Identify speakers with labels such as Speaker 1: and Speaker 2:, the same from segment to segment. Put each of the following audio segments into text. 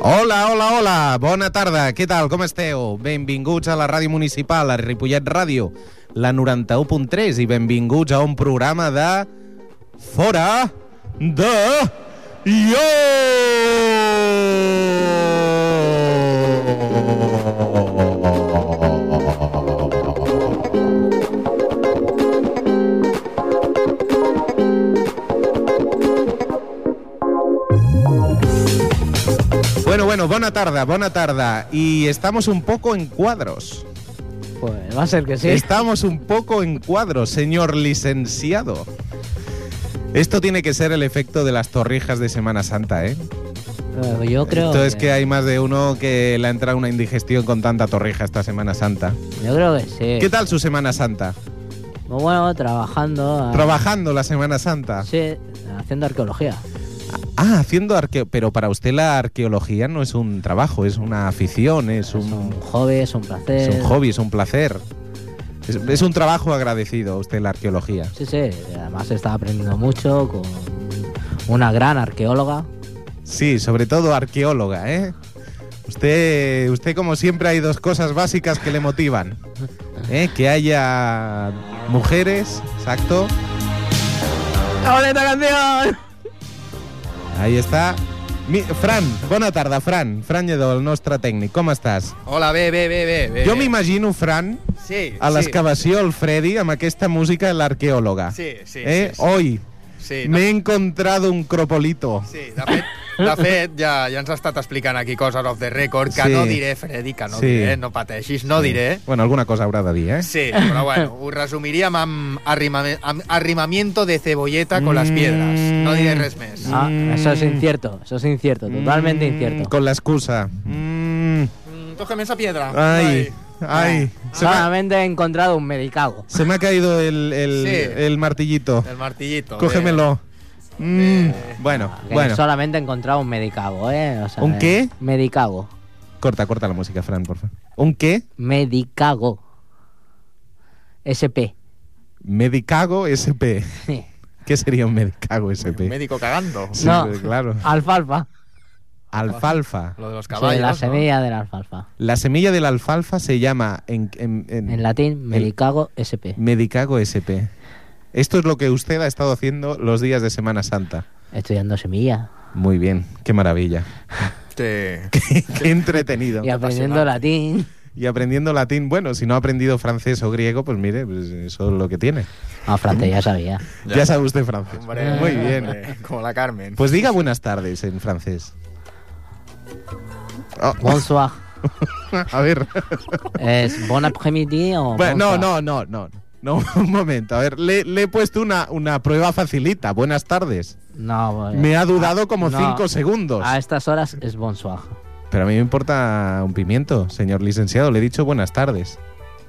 Speaker 1: Hola, hola, hola, bona tarda, què tal, com esteu? Benvinguts a la ràdio municipal, a Ripollet Ràdio, la 91.3, i benvinguts a un programa de... Fora de... Jo! Bueno, bueno, bona tarda, bona tarda. Y estamos un poco en cuadros.
Speaker 2: Pues va a ser que sí.
Speaker 1: Estamos un poco en cuadro, señor licenciado. Esto tiene que ser el efecto de las torrijas de Semana Santa, ¿eh?
Speaker 2: Eh, Yo creo.
Speaker 1: Esto es que hay más de uno que le ha entrado una indigestión con tanta torrija esta Semana Santa.
Speaker 2: Yo creo que sí.
Speaker 1: ¿Qué tal su Semana Santa?
Speaker 2: Muy bueno, trabajando. eh,
Speaker 1: ¿Trabajando la Semana Santa?
Speaker 2: Sí, haciendo arqueología.
Speaker 1: Ah, haciendo arqueo... Pero para usted la arqueología no es un trabajo, es una afición, es
Speaker 2: Es un
Speaker 1: un,
Speaker 2: hobby, es un
Speaker 1: Mm.
Speaker 2: placer.
Speaker 1: es un hobby, es un placer. Es, es un trabajo agradecido usted la arqueología.
Speaker 2: Sí, sí. Además está aprendiendo mucho con una gran arqueóloga.
Speaker 1: Sí, sobre todo arqueóloga, ¿eh? Usted, usted como siempre hay dos cosas básicas que le motivan. ¿eh? Que haya mujeres, exacto.
Speaker 2: esta canción!
Speaker 1: Ahí está. Mi- Fran, bona tarda, Fran. Fran Lledó, el nostre tècnic, com estàs?
Speaker 3: Hola, bé, bé, bé, bé. bé.
Speaker 1: Jo m'imagino, Fran,
Speaker 3: Sí,
Speaker 1: a
Speaker 3: sí.
Speaker 1: l'excavació al Freddy amb aquesta música de l'arqueòloga.
Speaker 3: Sí, sí,
Speaker 1: Eh?
Speaker 3: sí, sí.
Speaker 1: Hoy
Speaker 3: Sí,
Speaker 1: me he encontrado un cropolito.
Speaker 3: sí, de fet, de fet ja, ja ens ha estat explicant aquí coses off the record, que
Speaker 1: Sí.
Speaker 3: sí. no diré, Freddy, que no
Speaker 1: Sí.
Speaker 3: sí. diré, no pateixis, no diré. eh?
Speaker 1: Bueno, alguna cosa haurà de dir, eh?
Speaker 3: Sí, però bueno, ho resumiríem amb, arrimame, amb arrimamiento de cebolleta con las piedras. No diré res més.
Speaker 2: Ah,
Speaker 1: Mm.
Speaker 2: eso es incierto, eso es incierto, totalmente
Speaker 1: Mm,
Speaker 2: incierto.
Speaker 1: Con la excusa. Mm,
Speaker 3: Mm, Tócame esa piedra.
Speaker 1: ay, Ah. ay.
Speaker 3: Ah.
Speaker 1: Se me, ha-
Speaker 2: Ah, Solamente he encontrado un medicago.
Speaker 1: se me ha caído el, el,
Speaker 3: Sí.
Speaker 1: el martillito.
Speaker 3: El martillito.
Speaker 1: Cógemelo. Mm, bueno,
Speaker 2: Que
Speaker 1: bueno.
Speaker 2: Solamente he encontrado un medicago, ¿eh? O sea,
Speaker 1: ¿Un
Speaker 2: eh,
Speaker 1: qué?
Speaker 2: Medicago.
Speaker 1: Corta, corta la música, Fran, por favor. ¿Un qué?
Speaker 2: Medicago. SP.
Speaker 1: Medicago SP. ¿Qué sería un Medicago
Speaker 3: De... Un
Speaker 1: SP?
Speaker 3: médico cagando.
Speaker 1: Sí,
Speaker 2: No. Ah.
Speaker 1: claro.
Speaker 2: Alfalfa.
Speaker 1: Alfalfa.
Speaker 3: Lo de los
Speaker 2: Sí,
Speaker 3: caballos.
Speaker 2: la
Speaker 3: ¿no?
Speaker 2: semilla de la alfalfa.
Speaker 1: La semilla de la alfalfa se llama en, en- en-
Speaker 2: En latín, medicago SP.
Speaker 1: Medicago SP. Esto es lo que usted ha estado haciendo los días de Semana Santa.
Speaker 2: Estudiando semilla.
Speaker 1: Muy bien, qué maravilla.
Speaker 3: Sí.
Speaker 1: qué entretenido.
Speaker 2: Y aprendiendo latín.
Speaker 1: Y aprendiendo latín, bueno, si no ha aprendido francés o griego, pues mire, pues eso es lo que tiene.
Speaker 2: Ah, francés ya sabía.
Speaker 1: Ya, sabe usted francés.
Speaker 3: Hombre,
Speaker 1: Muy bien.
Speaker 3: hombre, como la Carmen.
Speaker 1: Pues diga buenas tardes en francés. Oh,
Speaker 2: Bonsoir.
Speaker 1: a ver.
Speaker 2: ¿Es bon après-midi o.?
Speaker 1: Bueno, no,
Speaker 2: bonsoir?
Speaker 1: no, no, no. No, un momento. A ver, le, le he puesto una, una prueba facilita. Buenas tardes.
Speaker 2: No, bueno.
Speaker 1: Me ha dudado como
Speaker 2: Ah, no. Ah.
Speaker 1: cinco segundos.
Speaker 2: A estas horas es bonsoir.
Speaker 1: Pero a mí me importa un pimiento, señor licenciado. Le he dicho buenas tardes.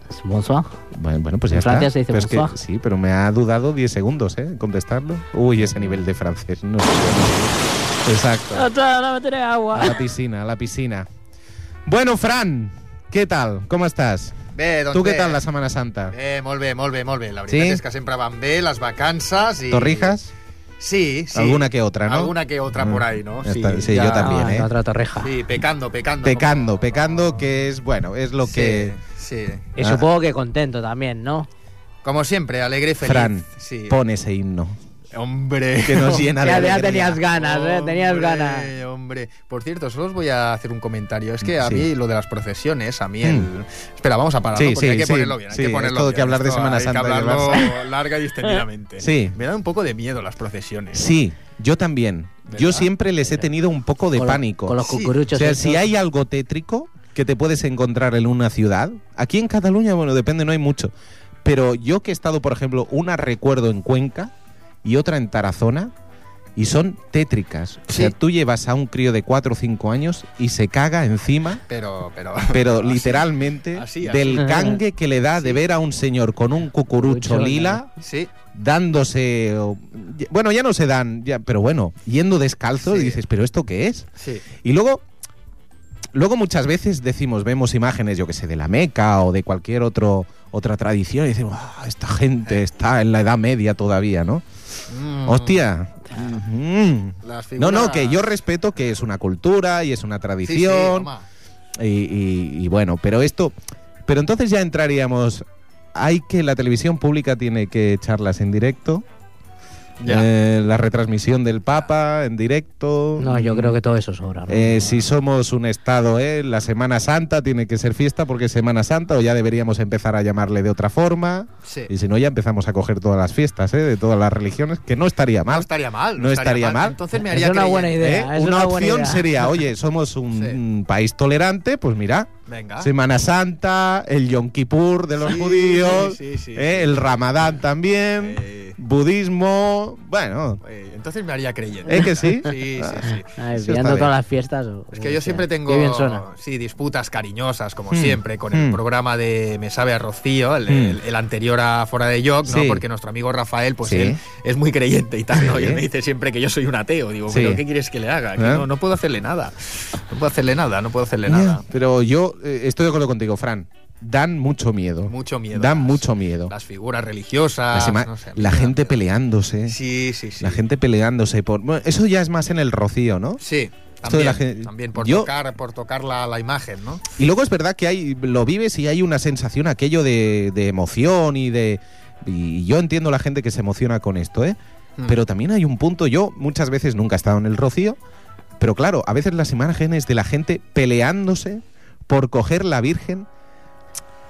Speaker 2: ¿Es bonsoir?
Speaker 1: Bueno, bueno, pues ya
Speaker 2: En
Speaker 1: está.
Speaker 2: Francia se dice
Speaker 1: Pero es que-
Speaker 2: bonsoir.
Speaker 1: sí, pero me ha dudado 10 segundos, ¿eh? en Contestarlo. Uy, ese nivel de francés. No sé. Exacto.
Speaker 2: no me tiene agua.
Speaker 1: A la piscina, a la piscina. Bueno, Fran, ¿qué tal? ¿Cómo estás?
Speaker 3: Bé, doncs
Speaker 1: ¿Tú qué
Speaker 3: bé.
Speaker 1: tal la Semana Santa?
Speaker 3: Bé, Eh, molt bé, molt bé, molt bé. La
Speaker 1: Sí?
Speaker 3: veritat sí? és que sempre van bé les vacances i...
Speaker 1: ¿Torrijas?
Speaker 3: Sí, sí.
Speaker 1: Alguna que otra, ¿no? Mm.
Speaker 3: Alguna que otra por ahí, ¿no?
Speaker 1: Ya está, sí, yo también. bien, ¿eh?
Speaker 2: Otra torreja.
Speaker 3: Sí, pecando, pecando.
Speaker 1: Pecando,
Speaker 3: como-
Speaker 1: pecando, que es, bueno, es lo
Speaker 3: Sí,
Speaker 1: que...
Speaker 3: Sí,
Speaker 2: Y
Speaker 1: Ah.
Speaker 2: supongo que contento también, ¿no?
Speaker 3: Como siempre, alegre y feliz.
Speaker 1: Fran,
Speaker 3: sí.
Speaker 1: pone ese himno
Speaker 3: Hombre.
Speaker 1: que nos llena de
Speaker 2: Ya, ya
Speaker 1: alegría.
Speaker 2: tenías ganas, ¿eh? Tenías
Speaker 3: Hombre,
Speaker 2: ganas.
Speaker 3: Hombre. Por cierto, solo os voy a hacer un comentario. Es que a
Speaker 1: Sí.
Speaker 3: mí lo de las procesiones, a mí el.
Speaker 1: Mm.
Speaker 3: Espera, vamos a parar.
Speaker 1: Sí,
Speaker 3: ¿no? Porque
Speaker 1: sí,
Speaker 3: hay que
Speaker 1: sí,
Speaker 3: ponerlo bien. Hay
Speaker 1: sí,
Speaker 3: que
Speaker 1: es
Speaker 3: ponerlo
Speaker 1: todo
Speaker 3: bien.
Speaker 1: que hablar de
Speaker 3: Esto
Speaker 1: Semana
Speaker 3: hay que
Speaker 1: Santa y
Speaker 3: hablarlo larga y distendidamente.
Speaker 1: Sí.
Speaker 3: Me dan un poco de miedo las procesiones.
Speaker 1: Sí, yo también. Yo
Speaker 3: ¿Verdad?
Speaker 1: siempre les he tenido un poco de
Speaker 2: Con lo-
Speaker 1: pánico.
Speaker 2: Con los
Speaker 3: Sí.
Speaker 1: O
Speaker 2: cucuruchos.
Speaker 1: sea,
Speaker 2: estos.
Speaker 1: si hay algo tétrico que te puedes encontrar en una ciudad, aquí en Cataluña, bueno, depende, no hay mucho. Pero yo que he estado, por ejemplo, una recuerdo en Cuenca y otra en Tarazona, y son tétricas. O sea,
Speaker 3: Sí.
Speaker 1: tú llevas a un crío de 4 o 5 años y se caga encima,
Speaker 3: Pero, pero.
Speaker 1: pero
Speaker 3: así.
Speaker 1: literalmente,
Speaker 3: Así, así.
Speaker 1: del cangue que le da de ver a un señor con un cucurucho
Speaker 2: Cucurucho,
Speaker 1: lila
Speaker 3: Sí.
Speaker 1: dándose... o- Bueno, ya no se dan, ya, pero bueno, yendo descalzo y
Speaker 3: Sí.
Speaker 1: dices, ¿pero esto qué es?
Speaker 3: Sí.
Speaker 1: Y luego, luego muchas veces decimos, vemos imágenes, yo que sé, de la Meca o de cualquier otro, otra
Speaker 3: Eh.
Speaker 1: tradición y decimos, "Ah, esta gente está en la Edad Media todavía, ¿no?
Speaker 3: Mm.
Speaker 1: Hostia, Mm.
Speaker 3: Las
Speaker 1: No,
Speaker 3: figuras-
Speaker 1: no, que yo respeto que es una cultura y es una
Speaker 3: Sí, sí,
Speaker 1: tradición.
Speaker 3: toma.
Speaker 1: y, y- y bueno, pero esto. Pero entonces ya entraríamos. Hay que la televisión pública tiene que echarlas en directo.
Speaker 3: Ya.
Speaker 1: eh, la retransmisión del Papa en directo.
Speaker 2: No, yo creo que todo eso sobra. ¿no?
Speaker 1: Eh, si somos un estado, ¿eh? la Semana Santa tiene que ser fiesta porque es Semana Santa o ya deberíamos empezar a llamarle de otra forma.
Speaker 3: Sí.
Speaker 1: Y si no, ya empezamos a coger todas las fiestas ¿eh? de todas las religiones, que no estaría
Speaker 3: Ah, No
Speaker 1: mal.
Speaker 3: estaría mal.
Speaker 1: No estaría mal.
Speaker 3: Entonces me
Speaker 2: Es
Speaker 3: haría
Speaker 2: una buena
Speaker 3: creyente.
Speaker 1: ¿eh?
Speaker 2: idea, es
Speaker 1: Una,
Speaker 2: una buena
Speaker 1: opción
Speaker 2: idea.
Speaker 1: sería, oye, somos un
Speaker 3: Sí.
Speaker 1: mm, país tolerante, pues mira,
Speaker 3: Venga.
Speaker 1: Semana Santa, el Yom Kippur de los
Speaker 3: Ah. Sí,
Speaker 1: judíos,
Speaker 3: sí, sí,
Speaker 1: ¿eh?
Speaker 3: sí.
Speaker 1: el Ramadán también,
Speaker 3: Eh.
Speaker 1: budismo, bueno,
Speaker 3: Eh, Entonces me haría creyente.
Speaker 1: ¿es que sí? Ah.
Speaker 3: Sí, sí, sí.
Speaker 2: Ay,
Speaker 1: Eso
Speaker 2: pillando
Speaker 1: está
Speaker 2: Ah, todas las fiestas. o-
Speaker 3: Es
Speaker 2: o
Speaker 3: que yo
Speaker 2: sea,
Speaker 3: siempre tengo
Speaker 2: Qué bien suena.
Speaker 3: sí, disputas cariñosas, como
Speaker 1: Hmm.
Speaker 3: siempre, con el
Speaker 1: Hmm.
Speaker 3: programa de Me Sabe a Rocío, el,
Speaker 1: Hmm.
Speaker 3: el- el anterior a Fora de Joc, ¿no?
Speaker 1: Sí.
Speaker 3: Porque nuestro amigo Rafael, pues
Speaker 1: Sí.
Speaker 3: él es muy creyente y tal, ¿no?
Speaker 1: Sí.
Speaker 3: Y él me dice siempre que yo soy un ateo. Digo,
Speaker 1: Sí.
Speaker 3: ¿pero qué quieres que le haga? Que
Speaker 1: ¿Eh?
Speaker 3: no, no puedo hacerle nada. No puedo hacerle nada, no puedo hacerle
Speaker 1: Ya,
Speaker 3: nada.
Speaker 1: Pero yo eh, estoy de acuerdo contigo, Fran. Dan mucho miedo.
Speaker 3: Mucho miedo.
Speaker 1: Dan
Speaker 3: Las-
Speaker 1: mucho miedo.
Speaker 3: Las figuras religiosas.
Speaker 1: La, sema-
Speaker 3: no sé,
Speaker 1: la
Speaker 3: me da
Speaker 1: gente
Speaker 3: miedo.
Speaker 1: peleándose.
Speaker 3: Sí, sí, sí.
Speaker 1: La gente peleándose por. bueno, eso ya es más en el rocío, ¿no?
Speaker 3: Sí.
Speaker 1: Esto de
Speaker 3: También,
Speaker 1: la gen-
Speaker 3: también por
Speaker 1: Yo-
Speaker 3: tocar, por tocar la, la imagen, ¿no?
Speaker 1: Y luego es verdad que hay, lo vives y hay una sensación aquello de, de emoción y de. Y yo entiendo la gente que se emociona con esto, ¿eh?
Speaker 3: Hmm.
Speaker 1: Pero también hay un punto, yo muchas veces nunca he estado en el rocío, pero claro, a veces las imágenes de la gente peleándose por coger la Virgen,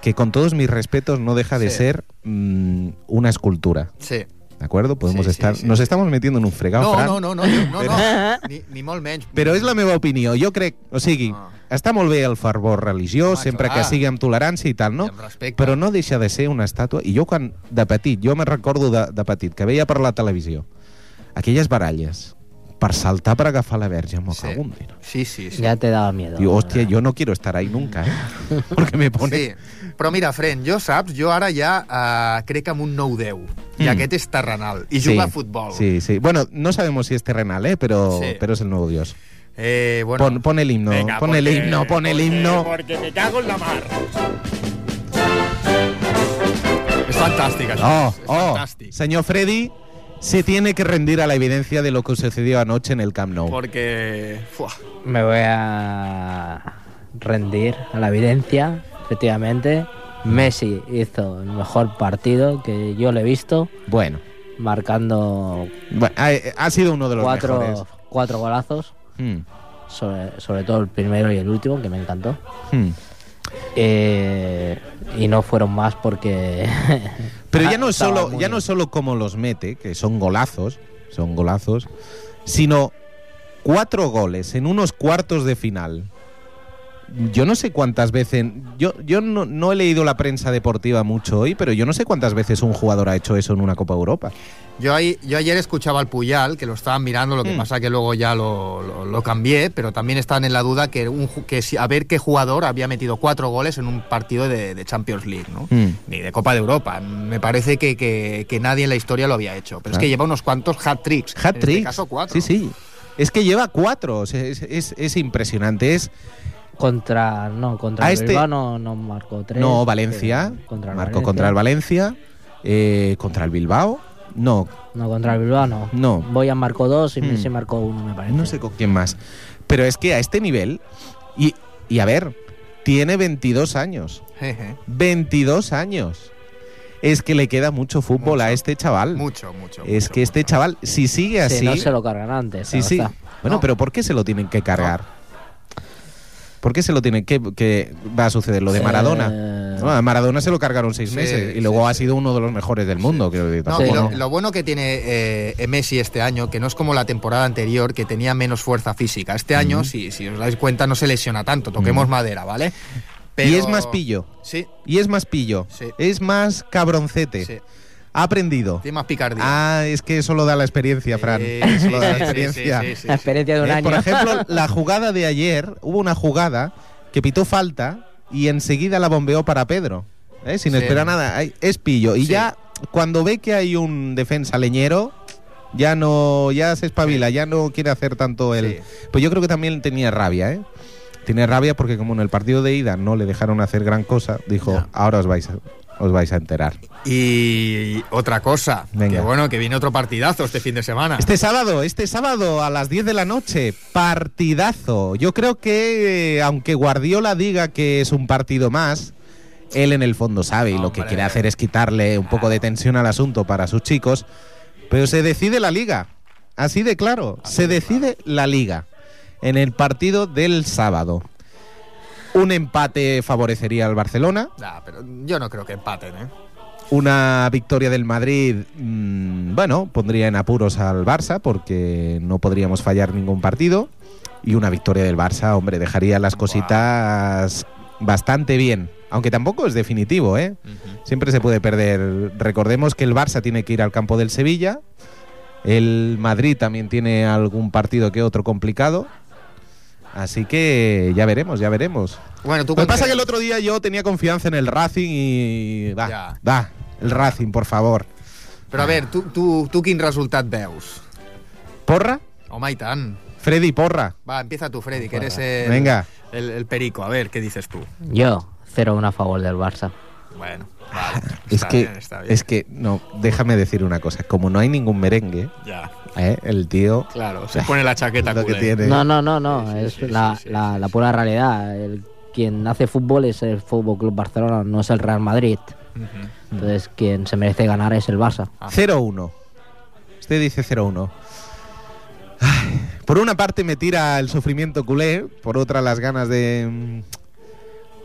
Speaker 1: que con todos mis respetos no deja de
Speaker 3: Sí.
Speaker 1: ser mm, una escultura,
Speaker 3: Sí.
Speaker 1: ¿de acuerdo? Podemos
Speaker 3: Sí, sí,
Speaker 1: estar,
Speaker 3: sí,
Speaker 1: nos
Speaker 3: sí.
Speaker 1: estamos metiendo en un fregado,
Speaker 3: No,
Speaker 1: Fran,
Speaker 3: no, no, no, yo-
Speaker 1: Pero-
Speaker 3: no, no. Ni, ni molt menys.
Speaker 1: Però és la meva opinió. Jo crec, o sigui,
Speaker 3: Ah.
Speaker 1: està molt bé el fervor religiós,
Speaker 3: Home,
Speaker 1: sempre
Speaker 3: clar.
Speaker 1: que sigui amb tolerància i tal, no?
Speaker 3: I amb respecte.
Speaker 1: Però no deixa de ser una estàtua. I jo quan, de petit, jo me recordo de, de petit, que veia per la televisió, aquelles baralles, per saltar per agafar la verge, m'ho
Speaker 3: Sí.
Speaker 1: cago en Déu.
Speaker 3: Sí, sí, sí.
Speaker 2: Ya te daba miedo.
Speaker 1: Diu,
Speaker 2: la
Speaker 1: hòstia,
Speaker 2: verdad.
Speaker 1: jo no quiero estar ahí nunca, eh? Porque me pone...
Speaker 3: Sí. Però mira, Fren, jo saps, jo ara ja eh, crec amb un 9-10. I
Speaker 1: Mm.
Speaker 3: aquest és terrenal. I
Speaker 1: Sí,
Speaker 3: juga a futbol.
Speaker 1: Sí, sí. Bueno, no sabemos si es terrenal, ¿eh? Pero,
Speaker 3: Sí.
Speaker 1: pero es el nuevo dios.
Speaker 3: Eh, bueno,
Speaker 1: pon, pon el himno,
Speaker 3: Venga,
Speaker 1: pon el
Speaker 3: porque-
Speaker 1: himno, pon el himno.
Speaker 3: és fantàstic, això.
Speaker 1: Oh,
Speaker 3: és
Speaker 1: oh,
Speaker 3: fantàstic.
Speaker 1: señor Freddy, se tiene que rendir a la evidencia de lo que sucedió anoche en el Camp Nou.
Speaker 3: Porque... Fuà.
Speaker 2: Me voy a rendir a la evidencia, efectivamente. Messi hizo el mejor partido que yo le he visto,
Speaker 1: Bueno,
Speaker 2: marcando
Speaker 1: bu- ha, ha sido uno de los mejores.
Speaker 2: cuatro, cuatro golazos,
Speaker 1: Mm,
Speaker 2: sobre, sobre todo el primero y el último, que me encantó.
Speaker 1: mm.
Speaker 2: Eh, y no fueron más porque...
Speaker 1: Pero ya no, es
Speaker 2: Ah, estaba
Speaker 1: solo,
Speaker 2: muy-
Speaker 1: ya no es solo cómo los mete, que son golazos, son golazos, sino cuatro goles en unos cuartos de final. Yo no sé cuántas veces. Yo, yo no, no he leído la prensa deportiva mucho hoy, pero yo no sé cuántas veces un jugador ha hecho eso en una Copa Europa.
Speaker 3: Yo, ahí- yo ayer escuchaba al Puyal, que lo estaban mirando, lo que
Speaker 1: Mm.
Speaker 3: pasa que luego ya lo, lo- lo cambié, pero también estaban en la duda que, un, ju- que si- a ver qué jugador había metido cuatro goles en un partido de, de Champions League, ¿no?
Speaker 2: Hmm.
Speaker 1: Mm.
Speaker 3: Ni de Copa de Europa. Me parece que, que- que nadie en la historia lo había hecho. Pero es
Speaker 1: Claro.
Speaker 3: que lleva unos cuantos hat-tricks.
Speaker 1: Hat
Speaker 3: En este caso, cuatro.
Speaker 1: Sí, sí. Es que lleva cuatro. o sea, es, es- es impresionante. Es
Speaker 2: Contra, no, contra
Speaker 1: A
Speaker 2: el
Speaker 1: este-
Speaker 2: Bilbao no, no marcó tres.
Speaker 1: no Valencia.
Speaker 2: pero Contra el
Speaker 1: marcó contra el Valencia. eh, contra el Bilbao. No,
Speaker 2: No, contra el Bilbao no.
Speaker 1: No.
Speaker 2: Boyan marcó dos y
Speaker 1: Hmm.
Speaker 2: Messi marcó uno, me parece.
Speaker 1: no sé con quién más. Pero es que a este nivel. Y, y a ver, tiene 22 años.
Speaker 3: Jeje.
Speaker 1: 22 años. Es que le queda mucho fútbol a
Speaker 3: Mucho.
Speaker 1: este chaval.
Speaker 3: Mucho, mucho.
Speaker 1: es
Speaker 3: mucho,
Speaker 1: que este
Speaker 3: mucho.
Speaker 1: chaval, si sigue así.
Speaker 2: Sí, no se lo cargan antes.
Speaker 1: Sí,
Speaker 2: claro
Speaker 1: sí.
Speaker 2: está.
Speaker 1: Bueno,
Speaker 3: No.
Speaker 1: pero ¿por qué se lo tienen que cargar? ¿Por qué se lo tienen? ¿Qué, qué va a suceder? ¿Lo de Maradona? Ah.
Speaker 2: Eh,
Speaker 1: No, a Maradona se lo cargaron seis
Speaker 3: Sí,
Speaker 1: meses y
Speaker 3: sí,
Speaker 1: luego ha
Speaker 3: sí.
Speaker 1: sido uno de los mejores del mundo, quiero decir.
Speaker 3: No,
Speaker 1: tampoco,
Speaker 3: y lo,
Speaker 1: ¿no?
Speaker 3: lo bueno que tiene eh, Messi este año, que no es como la temporada anterior, que tenía menos fuerza física. Este año, si, si os dais cuenta, no se lesiona tanto. Toquemos
Speaker 1: Mm.
Speaker 3: madera, ¿vale?
Speaker 1: Y es más pillo.
Speaker 3: Sí,
Speaker 1: Y es más pillo.
Speaker 3: Sí.
Speaker 1: Es más cabroncete.
Speaker 3: sí.
Speaker 1: Ha aprendido.
Speaker 3: Tiene más picardía.
Speaker 1: Ah, es que eso lo da la experiencia, Fran.
Speaker 3: Eh,
Speaker 1: Eso
Speaker 3: sí,
Speaker 1: lo da la
Speaker 3: sí, sí,
Speaker 1: experiencia.
Speaker 3: sí, sí, sí.
Speaker 2: La experiencia de un
Speaker 1: Eh,
Speaker 2: año.
Speaker 1: Por ejemplo, la jugada de ayer, hubo una jugada que pitó falta y enseguida la bombeó para Pedro. ¿eh? Sin
Speaker 3: Sí.
Speaker 1: esperar nada. Ay, Es pillo. Y
Speaker 3: Sí.
Speaker 1: ya cuando ve que hay un defensa leñero, ya no, ya se espabila, ya no quiere hacer tanto el.
Speaker 3: Sí.
Speaker 1: Pues yo creo que también tenía rabia, ¿eh? Tiene rabia porque como en el partido de ida no le dejaron hacer gran cosa, dijo,
Speaker 3: Ya.
Speaker 1: ahora os vais os vais a enterar.
Speaker 3: Y otra cosa,
Speaker 1: Venga.
Speaker 3: que bueno, que viene otro partidazo este fin de semana.
Speaker 1: Este sábado, este sábado a las 10 de la noche, partidazo. Yo creo que, eh, aunque Guardiola diga que es un partido más, él en el fondo sabe y lo que
Speaker 3: Hombre.
Speaker 1: quiere hacer es quitarle un poco de tensión al asunto para sus chicos. Pero se decide la liga, así de claro, se decide la liga en el partido del sábado. Un empate favorecería al Barcelona,
Speaker 3: Nah, pero yo no creo que empaten, ¿eh?
Speaker 1: una victoria del Madrid, mm, bueno, pondría en apuros al Barça porque no podríamos fallar ningún partido. Y una victoria del Barça, hombre, dejaría las cositas bastante bien. Aunque tampoco es definitivo, ¿eh? Siempre se puede perder. Recordemos que el Barça tiene que ir al campo del Sevilla. El Madrid también tiene algún partido que otro complicado. Así que ya veremos, ya veremos.
Speaker 3: Bueno, tú
Speaker 1: Lo que
Speaker 3: con
Speaker 1: pasa
Speaker 3: qué-
Speaker 1: que el otro día yo tenía confianza en el Racing y. Va,
Speaker 3: Ya.
Speaker 1: va, el Racing, por favor.
Speaker 3: Però a veure, tu, tu, tu quin resultat veus?
Speaker 1: ¿Porra?
Speaker 3: Home, i tant.
Speaker 1: Freddy, porra.
Speaker 3: Va, empieza tú, Freddy, que eres el,
Speaker 1: Venga.
Speaker 3: el, el perico. A ver, ¿qué dices tú?
Speaker 2: Yo, 0-1 a favor del Barça.
Speaker 3: Bueno, vale.
Speaker 1: Es
Speaker 3: Está
Speaker 1: que,
Speaker 3: bien, está bien.
Speaker 1: es que, no, déjame decir una cosa. Como no hay ningún merengue,
Speaker 3: Ya,
Speaker 1: ¿eh? el tío.
Speaker 3: claro, se pone la chaqueta
Speaker 1: Lo que
Speaker 3: culé.
Speaker 1: tiene. Sí.
Speaker 2: No, no, no, no,
Speaker 3: Sí, sí,
Speaker 2: es
Speaker 3: sí,
Speaker 2: la,
Speaker 3: sí, sí,
Speaker 2: la-
Speaker 3: sí,
Speaker 2: la
Speaker 3: sí.
Speaker 2: pura realidad. El- quien hace fútbol es el Fútbol Club Barcelona, no es el Real Madrid.
Speaker 3: Ujú.
Speaker 1: Mm.
Speaker 2: Entonces, quien se merece ganar es el Barça.
Speaker 3: Ah.
Speaker 1: 0-1. Usted dice 0-1. Ay, Por una parte me tira el sufrimiento culé, por otra las ganas de.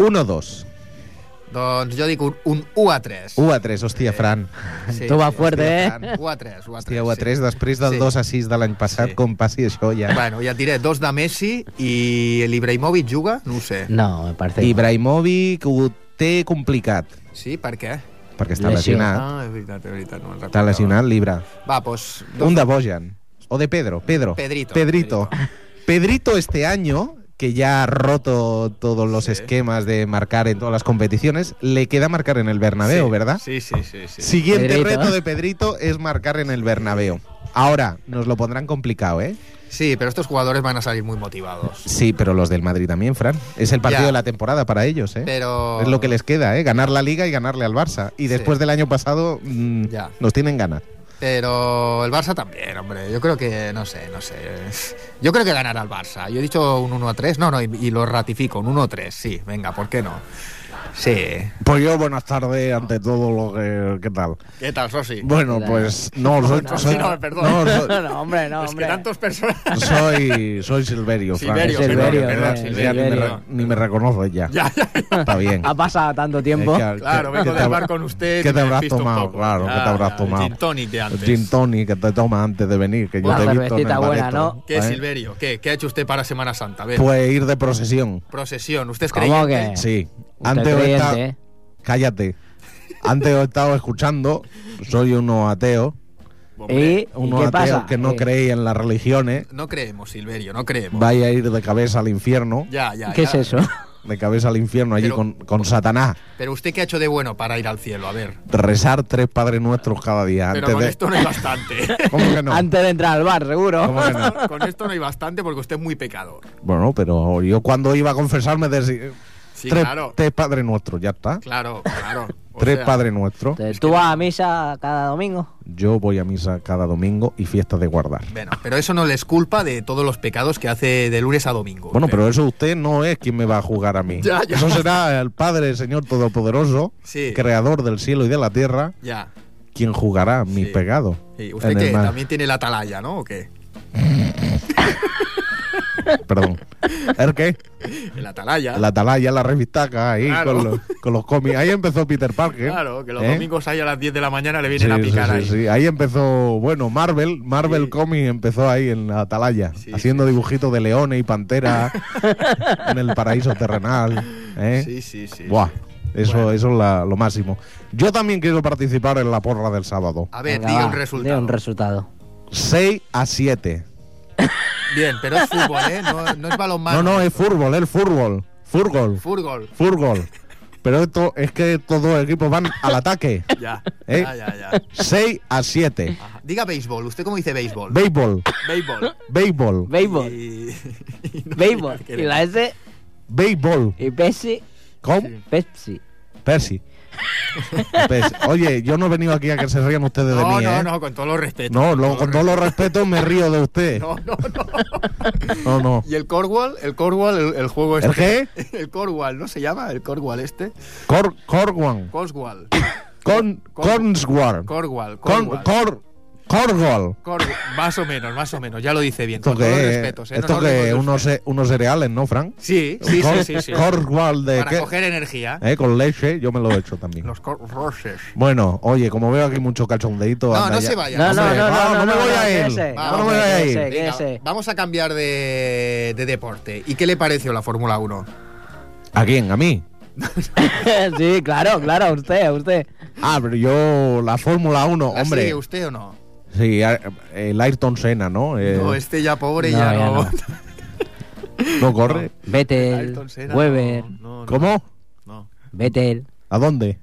Speaker 1: mm, 1-2.
Speaker 3: Doncs jo dic un, un 1 a 3.
Speaker 1: UA3, hostia, Fran.
Speaker 3: Sí,
Speaker 2: Tú vas
Speaker 3: sí,
Speaker 2: fuerte, ¿eh?
Speaker 1: Fran.
Speaker 3: sí. 1 a 3, 1 a 3.
Speaker 1: Hòstia, UA3,
Speaker 3: sí.
Speaker 1: després del
Speaker 3: Sí.
Speaker 1: 2 a 6 de l'any passat,
Speaker 3: Sí.
Speaker 1: com passi això ja.
Speaker 3: Bueno, ja et diré, dos de Messi i l'Ibrahimovic juga? No ho sé.
Speaker 2: No, me parece.
Speaker 1: Ibrahimovic ho té complicat,
Speaker 3: Sí, per què?
Speaker 1: perquè està
Speaker 2: Lesió.
Speaker 1: lesionat.
Speaker 3: Ah, és veritat, és veritat. No me'n
Speaker 1: Està
Speaker 3: recordava.
Speaker 1: lesionat, Libra.
Speaker 3: Va, doncs... Dos...
Speaker 1: Un de Bojan. O de Pedro, Pedro.
Speaker 3: Pedrito,
Speaker 1: Pedrito. Pedrito este año, que ya ha roto todos los
Speaker 3: Sí.
Speaker 1: esquemas de marcar en todas las competiciones, le queda marcar en el Bernabéu,
Speaker 3: sí.
Speaker 1: ¿verdad?
Speaker 3: Sí, sí, sí. sí.
Speaker 1: Siguiente
Speaker 2: Pedrito.
Speaker 1: reto de Pedrito es marcar en el Bernabéu. Ahora, nos lo pondrán complicado, ¿eh?
Speaker 3: Sí, pero estos jugadores van a salir muy motivados.
Speaker 1: Sí, pero los del Madrid también, Fran. Es el partido
Speaker 3: Ya.
Speaker 1: de la temporada para ellos, ¿eh?
Speaker 3: Pero...
Speaker 1: Es lo que les queda, ¿eh? Ganar la liga y ganarle al Barça. Y después
Speaker 3: Sí.
Speaker 1: del año pasado mm,
Speaker 3: Ya.
Speaker 1: nos tienen ganas.
Speaker 3: Pero el Barça también, hombre. Yo creo que, no sé, no sé. Yo creo que ganará el Barça. Yo he dicho un 1 a 3, no, no, y, y lo ratifico, un 1 a 3, sí, venga, ¿por qué no? Sí.
Speaker 1: Pues yo, buenas tardes, ante todo lo que... ¿Qué tal?
Speaker 3: ¿Qué tal, Sosi?
Speaker 1: Bueno,
Speaker 2: Claro.
Speaker 1: pues no, soy,
Speaker 3: no,
Speaker 1: soy-
Speaker 3: no, perdón.
Speaker 1: no, soy-
Speaker 2: no, hombre, no, hombre.
Speaker 3: personas.
Speaker 1: soy, soy Silverio, Fran.
Speaker 3: Silverio,
Speaker 1: Es
Speaker 2: perdón,
Speaker 1: Silverio,
Speaker 2: perdón,
Speaker 1: eh,
Speaker 2: Silverio,
Speaker 1: ya ni me re-
Speaker 3: perdón.
Speaker 1: Ni me reconoce ya.
Speaker 3: Ya, ya, ya.
Speaker 1: Está bien.
Speaker 2: Ha pasado tanto tiempo.
Speaker 1: Es que-
Speaker 3: Claro,
Speaker 1: que-
Speaker 3: vengo
Speaker 1: que
Speaker 3: de
Speaker 1: te-
Speaker 3: hablar con usted.
Speaker 1: ¿Qué
Speaker 3: y
Speaker 1: te
Speaker 3: me
Speaker 1: habrás
Speaker 3: despisto un
Speaker 1: tomado?
Speaker 3: poco.
Speaker 1: Claro, ¿qué te
Speaker 3: Ah,
Speaker 1: habrás
Speaker 3: ya,
Speaker 1: tomado?
Speaker 3: El gin tonic de antes.
Speaker 1: Gin tonic que te tomas antes de venir, que yo
Speaker 2: Una
Speaker 1: te he visto en el
Speaker 2: cervecita buena,
Speaker 1: bareto,
Speaker 2: ¿no?
Speaker 3: ¿Qué,
Speaker 1: ¿eh?
Speaker 3: Silverio? ¿Qué? ¿Qué ha hecho usted para Semana Santa? A ver,
Speaker 1: Pues ir de procesión.
Speaker 3: procesión. ¿Usted es
Speaker 2: ¿Cómo
Speaker 3: creyente?
Speaker 2: que?
Speaker 1: Sí.
Speaker 2: Usted
Speaker 1: Antes he
Speaker 2: creyente,
Speaker 1: estado-
Speaker 2: ¿eh?
Speaker 1: Cállate. Antes he estado escuchando, soy uno ateo,
Speaker 3: Hombre,
Speaker 2: ¿Y, ¿y
Speaker 1: uno
Speaker 2: qué
Speaker 1: ateo
Speaker 2: pasa?
Speaker 1: que no
Speaker 2: Eh,
Speaker 1: creía en las religiones,
Speaker 3: No creemos, Silverio, no creemos.
Speaker 1: vaya a ir de cabeza al infierno,
Speaker 3: Ya, ya,
Speaker 2: ¿Qué
Speaker 3: ya.
Speaker 2: es eso?
Speaker 1: de cabeza al infierno allí
Speaker 3: Pero-
Speaker 1: con, con Satanás.
Speaker 3: Pero usted, ¿qué ha hecho de bueno para ir al cielo? A ver.
Speaker 1: Rezar tres Padres Nuestros cada día.
Speaker 3: Pero
Speaker 1: antes
Speaker 3: con
Speaker 1: de-
Speaker 3: esto no hay bastante.
Speaker 1: ¿Cómo que no?
Speaker 2: Antes de entrar al bar, seguro.
Speaker 1: ¿Cómo que no?
Speaker 3: con esto no hay bastante porque usted es muy pecador.
Speaker 1: Bueno, pero yo cuando iba a confesarme decía
Speaker 3: Sí,
Speaker 1: tres,
Speaker 3: claro.
Speaker 1: tres Padres Nuestros, ya está.
Speaker 3: Claro, claro. O
Speaker 1: tres
Speaker 3: sea,
Speaker 1: Padres Nuestros.
Speaker 2: Entonces, ¿Tú vas a misa cada domingo?
Speaker 1: Yo voy a misa cada domingo y fiestas de guardar.
Speaker 3: Bueno, pero eso no les culpa de todos los pecados que hace de lunes a domingo.
Speaker 1: Bueno, pero eso usted no es quien me va a jugar a mí.
Speaker 3: Ya, ya.
Speaker 1: Eso será el Padre, Señor Todopoderoso,
Speaker 3: Sí.
Speaker 1: creador del cielo y de la tierra,
Speaker 3: Ya.
Speaker 1: quien jugará a mis
Speaker 3: Sí.
Speaker 1: pecados.
Speaker 3: Y usted
Speaker 1: en el
Speaker 3: que
Speaker 1: mar.
Speaker 3: también tiene la atalaya, ¿no? ¿O qué?
Speaker 1: Perdón. ¿El qué?
Speaker 3: El atalaya.
Speaker 1: La atalaya, la revistaca, ahí
Speaker 3: Claro.
Speaker 1: con, los, con los cómics. Ahí empezó Peter Parker.
Speaker 3: Claro, que los
Speaker 1: ¿eh?
Speaker 3: domingos ahí a las 10 de la mañana le vienen
Speaker 1: Sí,
Speaker 3: a picar
Speaker 1: sí,
Speaker 3: ahí.
Speaker 1: sí, sí. Ahí empezó, bueno, Marvel, Marvel
Speaker 3: Sí.
Speaker 1: Comics empezó ahí en la atalaya,
Speaker 3: Sí,
Speaker 1: haciendo dibujitos de leones y pantera en el paraíso terrenal. ¿eh?
Speaker 3: Sí, sí, sí.
Speaker 1: Buah, eso,
Speaker 3: Bueno.
Speaker 1: eso es la- lo máximo. Yo también quiero participar en la porra del sábado.
Speaker 3: A ver,
Speaker 2: Venga,
Speaker 3: diga
Speaker 2: va,
Speaker 3: un resultado.
Speaker 2: diga un resultado.
Speaker 1: 6 a 7.
Speaker 3: Bien, pero es fútbol, ¿eh? No, no es balonmano.
Speaker 1: No, no, es fútbol, es fútbol. Fútbol,
Speaker 3: Fútbol.
Speaker 1: fútbol. Pero esto es que estos dos equipos van al ataque.
Speaker 3: Ya.
Speaker 1: ¿Eh?
Speaker 3: Ya, ya, ya.
Speaker 1: 6 a 7.
Speaker 3: Ajá. Diga béisbol. ¿Usted cómo dice béisbol?
Speaker 1: Béisbol,
Speaker 3: béisbol.
Speaker 1: béisbol,
Speaker 2: Béisbol.
Speaker 3: Y- y no
Speaker 2: Béisbol.
Speaker 3: digas que
Speaker 2: Y la S
Speaker 1: béisbol.
Speaker 2: y Pepsi.
Speaker 1: ¿Cómo?
Speaker 3: Sí.
Speaker 2: Pepsi.
Speaker 1: Percy. Pues, oye, yo no he venido aquí a que se rían ustedes de
Speaker 3: No,
Speaker 1: mí,
Speaker 3: no,
Speaker 1: ¿eh?
Speaker 3: no, con todo los respetos.
Speaker 1: No, lo- con todo lo respeto me río de usted.
Speaker 3: No, no, no.
Speaker 1: No, no.
Speaker 3: ¿Y el Cornwall? El Cornwall, el, el juego
Speaker 1: ¿El
Speaker 3: este.
Speaker 1: qué?
Speaker 3: El Cornwall, ¿no se llama? El Cornwall este.
Speaker 1: Cor Corwan.
Speaker 3: Coswall.
Speaker 1: Con Conswar.
Speaker 3: Cornwall.
Speaker 1: Con
Speaker 3: Cornwall.
Speaker 1: Cor Corgol.
Speaker 3: Cornwall. Más o menos, más o menos. Ya lo dice bien.
Speaker 1: Esto
Speaker 3: Con todos los
Speaker 1: que
Speaker 3: respetos. ¿eh?
Speaker 1: esto
Speaker 3: No nos
Speaker 1: que
Speaker 3: rimos de
Speaker 1: unos
Speaker 3: usted.
Speaker 1: ce- unos cereales, ¿no, Frank?
Speaker 3: Sí, sí, sí, sí. sí.
Speaker 1: Corgol de
Speaker 3: Para
Speaker 1: qué?
Speaker 3: coger energía.
Speaker 1: Eh, con leche, yo me lo he hecho también.
Speaker 3: Los Cor Roses.
Speaker 1: Bueno, oye, como veo aquí mucho cachondeito.
Speaker 3: No,
Speaker 1: anda
Speaker 3: no
Speaker 1: ya.
Speaker 3: se vaya.
Speaker 2: No, no,
Speaker 1: Hombre,
Speaker 2: no,
Speaker 1: no,
Speaker 2: no,
Speaker 1: no me voy a
Speaker 2: que
Speaker 1: ir.
Speaker 2: ese,
Speaker 1: No
Speaker 3: me
Speaker 1: voy
Speaker 2: hombre,
Speaker 1: a
Speaker 2: que
Speaker 1: ir.
Speaker 2: ese, que
Speaker 3: Venga,
Speaker 2: ese.
Speaker 3: vamos a cambiar de, de deporte. ¿Y qué le pareció la Fórmula 1?
Speaker 1: ¿A quién? ¿A mí?
Speaker 2: sí, claro, claro, a usted, a usted.
Speaker 1: Ah, pero yo la Fórmula 1,
Speaker 3: ¿La
Speaker 1: hombre.
Speaker 3: sigue usted o no?
Speaker 1: Sí, a- el Ayrton Senna, ¿no? Eh,
Speaker 3: No, este ya pobre,
Speaker 2: No,
Speaker 3: ya,
Speaker 2: ya
Speaker 3: no.
Speaker 2: no.
Speaker 1: no corre.
Speaker 2: Vettel,
Speaker 3: Ayrton Senna,
Speaker 2: Weber,
Speaker 3: no, no,
Speaker 1: ¿Cómo?
Speaker 3: no.
Speaker 2: Vettel.
Speaker 1: ¿A dónde?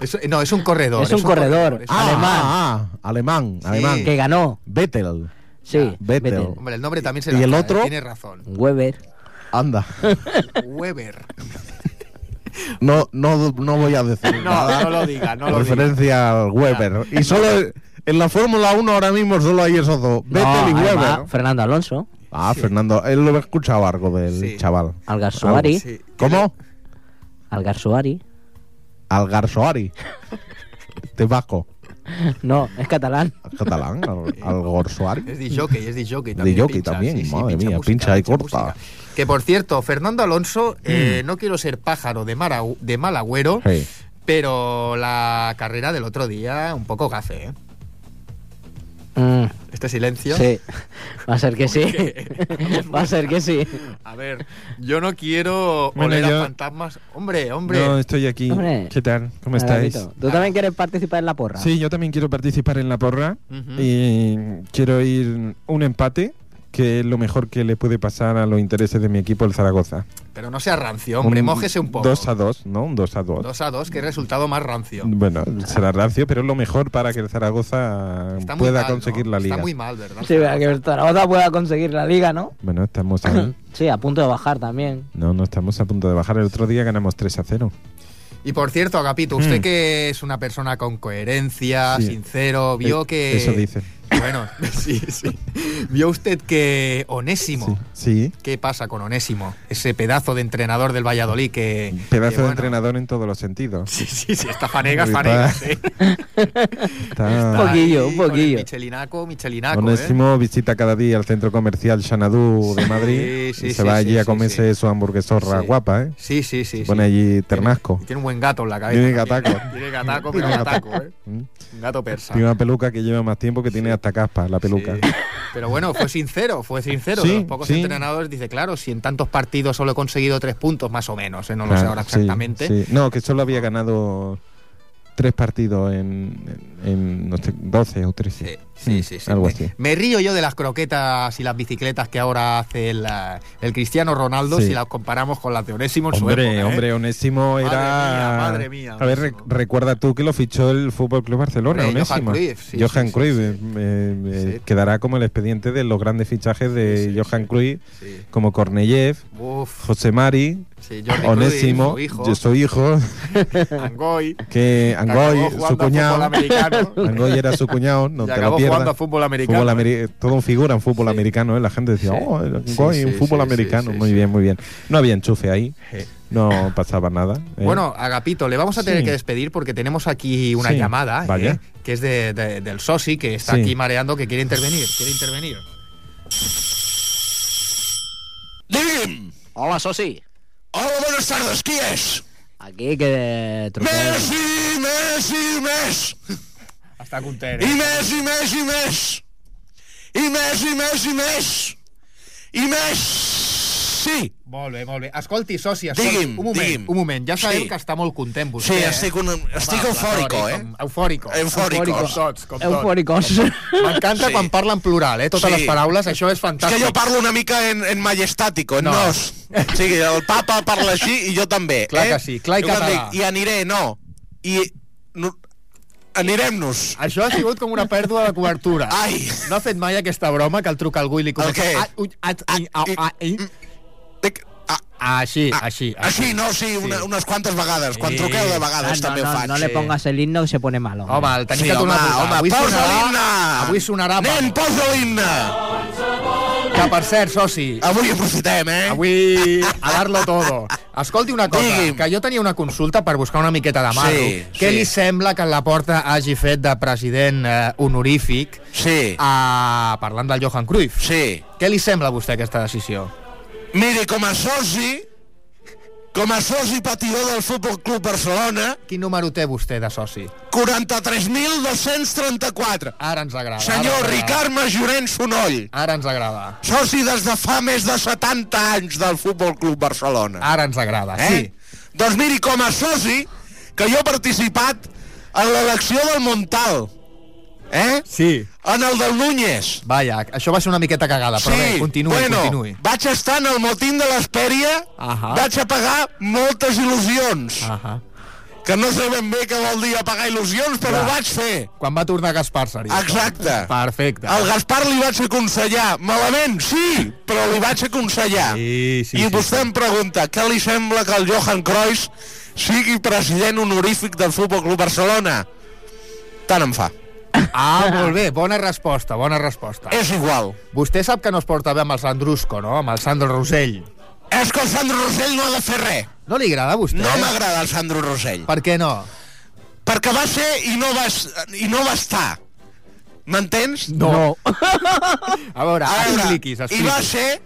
Speaker 3: Es, no, es un corredor.
Speaker 2: Es un corredor.
Speaker 3: es un-
Speaker 2: Ah, Alemán.
Speaker 1: Ah, ah, alemán, alemán.
Speaker 2: Que ganó.
Speaker 1: Vettel.
Speaker 2: Sí,
Speaker 1: Vettel.
Speaker 2: Vettel.
Speaker 3: Hombre, el nombre también se
Speaker 1: ¿Y
Speaker 3: la
Speaker 1: el
Speaker 3: trae,
Speaker 1: otro?
Speaker 3: Tiene razón.
Speaker 2: Weber.
Speaker 1: Anda.
Speaker 3: Weber.
Speaker 1: No, no, no voy a decir nada.
Speaker 3: No, no lo diga, no lo diga.
Speaker 1: referencia al Weber. Y solo en la Fórmula 1 ahora mismo solo hay esos dos. Vettel y
Speaker 2: No, ahí
Speaker 1: Weber.
Speaker 2: va Fernando Alonso,
Speaker 1: Ah, Fernando, él lo he escuchado algo del
Speaker 3: Sí.
Speaker 1: chaval.
Speaker 2: Algarzuari,
Speaker 3: Ah, pues Sí.
Speaker 1: ¿Cómo?
Speaker 2: Algarzuari.
Speaker 1: Algarsoari. Este vasco.
Speaker 2: No, es catalán.
Speaker 1: Catalán, Al- Algarsoari.
Speaker 3: Es disjockey, es disjockey también.
Speaker 1: Disjockey
Speaker 3: pincha,
Speaker 1: también, madre mía,
Speaker 3: música,
Speaker 1: pincha y corta. Mm.
Speaker 3: Que por cierto, Fernando Alonso, eh, no quiero ser pájaro de, mara- de mal agüero,
Speaker 1: Sí.
Speaker 3: pero la carrera del otro día, un poco gafe, ¿eh?
Speaker 2: Mm,
Speaker 3: Este silencio.
Speaker 2: sí, va a ser que sí.
Speaker 3: Porque-
Speaker 2: Va a ser que sí.
Speaker 3: A ver, yo no quiero
Speaker 4: Bueno,
Speaker 3: oler a
Speaker 4: yo-
Speaker 3: fantasmas. Hombre, hombre.
Speaker 4: No, estoy aquí.
Speaker 2: Hombre.
Speaker 4: ¿Qué tal? ¿Cómo estáis?
Speaker 2: Agapito, ¿Tú también quieres participar en la porra?
Speaker 4: Sí, yo también quiero participar en la porra
Speaker 3: Ujú.
Speaker 4: y quiero ir un empate, que es lo mejor que le puede pasar a los intereses de mi equipo, el Zaragoza.
Speaker 3: Pero no sea rancio, hombre,
Speaker 4: Un
Speaker 3: mójese un poco.
Speaker 4: 2 a Mm, 2, ¿no? Un 2 a 2.
Speaker 3: Dos a dos, que resultado más rancio.
Speaker 4: Bueno, será rancio, pero es lo mejor para que el Zaragoza
Speaker 3: Está muy
Speaker 4: pueda
Speaker 3: mal, ¿no?
Speaker 4: conseguir la liga.
Speaker 3: Está muy mal, ¿verdad?
Speaker 2: Sí, para que el Zaragoza pueda conseguir la liga, ¿no?
Speaker 4: Bueno, estamos ahí.
Speaker 2: Sí, a punto de bajar también.
Speaker 4: No, no estamos a punto de bajar. El otro día ganamos 3 a 0.
Speaker 3: Y por cierto, Agapito, usted
Speaker 4: Mm.
Speaker 3: que es una persona con coherencia,
Speaker 4: Sí.
Speaker 3: sincero, vio
Speaker 4: Eh,
Speaker 3: que.
Speaker 4: Eso dice.
Speaker 3: Bueno, sí, sí. Vio usted que Onésimo.
Speaker 4: Sí. sí.
Speaker 3: ¿Qué pasa con Onésimo? Ese pedazo de entrenador del Valladolid que.
Speaker 4: Pedazo
Speaker 3: que,
Speaker 4: de
Speaker 3: bueno,
Speaker 4: entrenador en todos los sentidos.
Speaker 3: Sí, sí, sí, está fanegas,
Speaker 4: Muy
Speaker 3: fanegas. ¿eh?
Speaker 4: Está-
Speaker 2: Un poquillo,
Speaker 3: Ahí,
Speaker 2: un
Speaker 3: con el
Speaker 2: poquillo.
Speaker 3: Michelinaco, Michelinaco. ¿eh?
Speaker 4: Onésimo visita cada día el centro comercial Xanadu de Madrid
Speaker 3: sí,
Speaker 4: y
Speaker 3: sí,
Speaker 4: se va
Speaker 3: sí,
Speaker 4: allí
Speaker 3: sí,
Speaker 4: a comerse
Speaker 3: sí,
Speaker 4: su hamburguesorra
Speaker 3: Sí.
Speaker 4: guapa, ¿eh?
Speaker 3: Sí, sí, sí.
Speaker 4: Se
Speaker 3: sí.
Speaker 4: pone allí ternasco.
Speaker 3: Y Tiene un buen gato en la cabeza.
Speaker 4: Tiene
Speaker 3: también,
Speaker 4: gataco.
Speaker 3: ¿eh? Tiene gataco, pero
Speaker 4: Tiene
Speaker 3: gataco, ¿eh?
Speaker 4: Mm.
Speaker 3: Un gato persa.
Speaker 4: Tiene una peluca que lleva más tiempo que tiene hasta caspa la peluca.
Speaker 3: Sí. Pero bueno, fue sincero, fue sincero.
Speaker 4: Sí,
Speaker 3: de los pocos
Speaker 4: sí.
Speaker 3: entrenadores dice, claro, si en tantos partidos solo he conseguido tres puntos, más o menos, ¿eh? no lo sé
Speaker 4: Claro,
Speaker 3: ahora
Speaker 4: Ah, sí,
Speaker 3: exactamente.
Speaker 4: sí. No, que solo había ganado tres partidos en, en- en, no sé, 12 o 13.
Speaker 3: Sí, sí,
Speaker 4: Mm,
Speaker 3: sí, sí.
Speaker 4: Algo
Speaker 3: Me-
Speaker 4: así.
Speaker 3: Me, río yo de las croquetas y las bicicletas que ahora hace el, eh, el Cristiano Ronaldo
Speaker 4: Sí.
Speaker 3: si las comparamos con las de Onésimo en su
Speaker 4: Hombre,
Speaker 3: época, ¿eh?
Speaker 4: hombre, Onésimo
Speaker 3: Madre
Speaker 4: era.
Speaker 3: mía, madre mía,
Speaker 4: a ver,
Speaker 3: Onésimo.
Speaker 4: re- recuerda tú que lo fichó el Fútbol Club Barcelona,
Speaker 3: Hombre, Johan
Speaker 4: Onésimo.
Speaker 3: Cruyff, sí,
Speaker 4: Johan
Speaker 3: sí, sí,
Speaker 4: Cruyff,
Speaker 3: sí.
Speaker 4: eh, eh,
Speaker 3: Sí.
Speaker 4: quedará como el expediente de los grandes fichajes de
Speaker 3: Sí, sí,
Speaker 4: Johan
Speaker 3: sí.
Speaker 4: Cruyff,
Speaker 3: Sí.
Speaker 4: como Corneyev,
Speaker 3: Uf,
Speaker 4: José Mari,
Speaker 3: sí, Jordi Cruyff,
Speaker 4: Onésimo,
Speaker 3: su hijo,
Speaker 4: yo soy hijo,
Speaker 3: Angoy,
Speaker 4: que
Speaker 3: que acabó
Speaker 4: Angoy,
Speaker 3: jugando
Speaker 4: su
Speaker 3: a fútbol
Speaker 4: cuñado.
Speaker 3: americano,
Speaker 4: Angoy era su cuñado, no
Speaker 3: y
Speaker 4: te lo
Speaker 3: acabó
Speaker 4: pierdas.
Speaker 3: jugando a fútbol americano. ¿eh?
Speaker 4: Fútbol ameri- todo un figura en fútbol americano, ¿eh? la gente decía,
Speaker 3: Sí.
Speaker 4: oh, el
Speaker 3: Sí,
Speaker 4: Angoy,
Speaker 3: sí,
Speaker 4: un
Speaker 3: sí,
Speaker 4: fútbol
Speaker 3: sí,
Speaker 4: americano,
Speaker 3: sí,
Speaker 4: muy
Speaker 3: sí.
Speaker 4: bien, muy bien. No había enchufe ahí,
Speaker 3: Sí.
Speaker 4: no pasaba nada. ¿eh?
Speaker 3: Eh. Bueno, Agapito, le vamos a tener
Speaker 4: Sí.
Speaker 3: que despedir porque tenemos aquí una
Speaker 4: Sí,
Speaker 3: llamada,
Speaker 4: vaya.
Speaker 3: ¿eh? que es de- de- del Sosi, que está
Speaker 4: Sí.
Speaker 3: aquí mareando, que quiere intervenir, quiere intervenir.
Speaker 2: Hola, Sosi.
Speaker 5: Hola, buenas tardes, ¿quién es?
Speaker 2: Aquí que truqueáis.
Speaker 5: Messi, Messi, Messi.
Speaker 3: Hasta
Speaker 5: Y Messi, Messi, Messi. Y Messi, Messi, Messi. I Messi.
Speaker 3: Molt bé, molt bé. Escolti, soci, escolti,
Speaker 5: Digui'm,
Speaker 3: un moment,
Speaker 5: digui'm.
Speaker 3: un moment. Ja sabem
Speaker 5: Sí.
Speaker 3: que està molt content vostè.
Speaker 5: Sí,
Speaker 3: eh?
Speaker 5: estic, un, estic
Speaker 3: Va,
Speaker 5: eufòrico, eh?
Speaker 3: platòric, Eufòrico.
Speaker 5: Eufòrico.
Speaker 3: Com tots, com tots.
Speaker 2: Eufóricos.
Speaker 3: M'encanta
Speaker 5: Sí.
Speaker 3: quan parla en plural, eh? Totes
Speaker 5: Sí.
Speaker 3: les paraules, això és
Speaker 5: És que
Speaker 3: fantàstic.
Speaker 5: jo parlo una mica en, en majestático, en
Speaker 3: No.
Speaker 5: nos. O sigui, el papa parla així i jo també.
Speaker 3: Clar
Speaker 5: eh?
Speaker 3: que sí, clar i
Speaker 5: Jo quan
Speaker 3: català.
Speaker 5: dic, I aniré, no. I no, anirem-nos.
Speaker 3: Això ha sigut com una pèrdua de cobertura.
Speaker 5: Ai.
Speaker 3: No ha fet mai aquesta broma que el truca algú i li comença...
Speaker 5: El què?
Speaker 3: "Ah, ui, ah, ui, ah, ah, ui".
Speaker 5: Dic,
Speaker 3: Així, així.
Speaker 5: ah, Així, no, sí, una,
Speaker 3: Sí.
Speaker 5: unes quantes vegades, quan
Speaker 3: Sí.
Speaker 5: truqueu de
Speaker 2: Ah,
Speaker 5: vegades
Speaker 2: no,
Speaker 5: també ho
Speaker 2: no,
Speaker 5: faig.
Speaker 2: no le
Speaker 3: sí.
Speaker 2: pongas el himno que se pone malo.
Speaker 3: Home, el
Speaker 5: Sí,
Speaker 3: tenia que
Speaker 5: home,
Speaker 3: donar una
Speaker 5: home,
Speaker 3: avui
Speaker 5: posa l'himne!
Speaker 3: sonarà, avui sonarà
Speaker 5: Nen,
Speaker 3: Paco.
Speaker 5: posa l'himne!
Speaker 3: Que per cert, soci,
Speaker 5: Avui aprofitem, eh?
Speaker 3: avui a dar-lo todo. Escolti una cosa,
Speaker 5: Digui'm.
Speaker 3: que jo tenia una consulta per buscar una miqueta de marro.
Speaker 5: Sí,
Speaker 3: Què
Speaker 5: sí.
Speaker 3: li sembla que la porta hagi fet de president eh, honorífic
Speaker 5: Sí,
Speaker 3: Ah. a... parlant del Johan Cruyff?
Speaker 5: sí.
Speaker 3: Què li sembla a vostè aquesta decisió?
Speaker 5: Mire, com a soci, com a soci patidor del Futbol Club Barcelona,
Speaker 3: Quin número té vostè de soci?
Speaker 5: 43.234.
Speaker 3: Ara ens agrada.
Speaker 5: Senyor
Speaker 3: ara ens agrada.
Speaker 5: Ricard Majorent Sonoll,
Speaker 3: Ara ens agrada.
Speaker 5: soci des de fa més de 70 anys del Futbol Club Barcelona.
Speaker 3: Ara ens agrada,
Speaker 5: Eh? Doncs miri, com a soci, que jo he participat en l'elecció del Montal, eh?
Speaker 3: sí. Sí.
Speaker 5: en el del Núñez.
Speaker 3: Vaja, això va ser una miqueta cagada, però bé, continuï,
Speaker 5: bueno,
Speaker 3: continuï.
Speaker 5: vaig estar en el motín de l'Espèria,
Speaker 3: Ahà. Ah.
Speaker 5: vaig apagar moltes il·lusions.
Speaker 3: Ahà.
Speaker 5: que no sé ben bé què vol dir apagar il·lusions, però
Speaker 3: Clar.
Speaker 5: ho vaig fer.
Speaker 3: Quan va tornar Gaspar seria.
Speaker 5: Exacte.
Speaker 3: Perfecte.
Speaker 5: Al Gaspar li vaig aconsellar. Malament, sí, però li vaig aconsellar.
Speaker 3: Sí, sí,
Speaker 5: I
Speaker 3: sí,
Speaker 5: vostè
Speaker 3: sí.
Speaker 5: em pregunta, què li sembla que el Johan Cruyff sigui president honorífic del Futbol Club Barcelona? Tant em fa.
Speaker 3: Ah, molt bé, bona resposta, bona resposta.
Speaker 5: És igual.
Speaker 3: Vostè sap que no es porta bé amb el Sandrusco, no? Amb el Sandro Rosell.
Speaker 5: És que el Sandro Rosell no ha de fer res.
Speaker 3: No li agrada a vostè?
Speaker 5: No m'agrada el Sandro Rosell.
Speaker 3: Eh? Per què no?
Speaker 5: Perquè va ser i no va, es- i no va estar. M'entens?
Speaker 3: A veure,
Speaker 5: A veure,
Speaker 3: expliquis,
Speaker 5: I va
Speaker 3: expliquis.
Speaker 5: ser,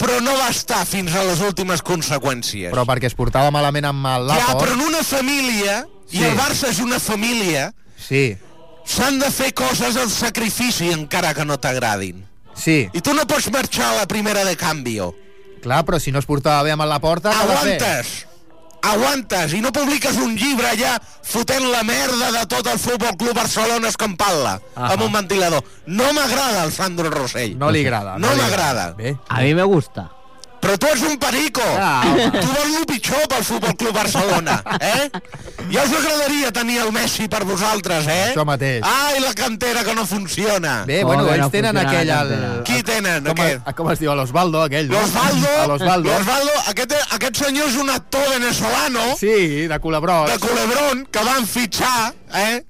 Speaker 5: però no va estar fins a les últimes conseqüències.
Speaker 3: Però perquè es portava malament amb el
Speaker 5: ja,
Speaker 3: Lapo.
Speaker 5: però en una família,
Speaker 3: Sí.
Speaker 5: i el Barça és una família,
Speaker 3: Sí,
Speaker 5: s'han de fer coses al sacrifici encara que no t'agradin.
Speaker 3: sí.
Speaker 5: I tu no pots marxar a la primera de canvio.
Speaker 3: Clar, però si no es portava bé amb la porta... què va fer?
Speaker 5: Aguantes! Aguantes i no publiques un llibre ja fotent la merda de tot el Futbol Club Barcelona escampant-la
Speaker 3: Ahà.
Speaker 5: amb un ventilador. No m'agrada el Sandro Rossell.
Speaker 3: No li agrada.
Speaker 5: No
Speaker 3: li
Speaker 5: m'agrada. Eh?
Speaker 3: Bé.
Speaker 2: A mí me gusta.
Speaker 5: Però tu ets un perico.
Speaker 3: Ah, home.
Speaker 5: tu vols el pitjor pel Futbol Club Barcelona, eh? Ja us agradaria tenir el Messi per vosaltres, eh?
Speaker 3: Això mateix.
Speaker 5: Ai, la cantera que no funciona.
Speaker 3: Bé,
Speaker 2: Com
Speaker 3: bueno,
Speaker 2: que no
Speaker 3: ells tenen
Speaker 2: funciona la
Speaker 3: aquell... El,
Speaker 2: cantera?
Speaker 5: Qui tenen,
Speaker 3: com,
Speaker 5: aquest?
Speaker 3: a, com es diu? A l'Osvaldo, aquell. no?
Speaker 5: L'Osvaldo,
Speaker 3: doncs, A l'Osvaldo.
Speaker 5: l'Osvaldo, aquest, e, aquest senyor és un actor venezolano
Speaker 3: Sí, de Culebrot.
Speaker 5: de Culebrón que van fitxar, eh?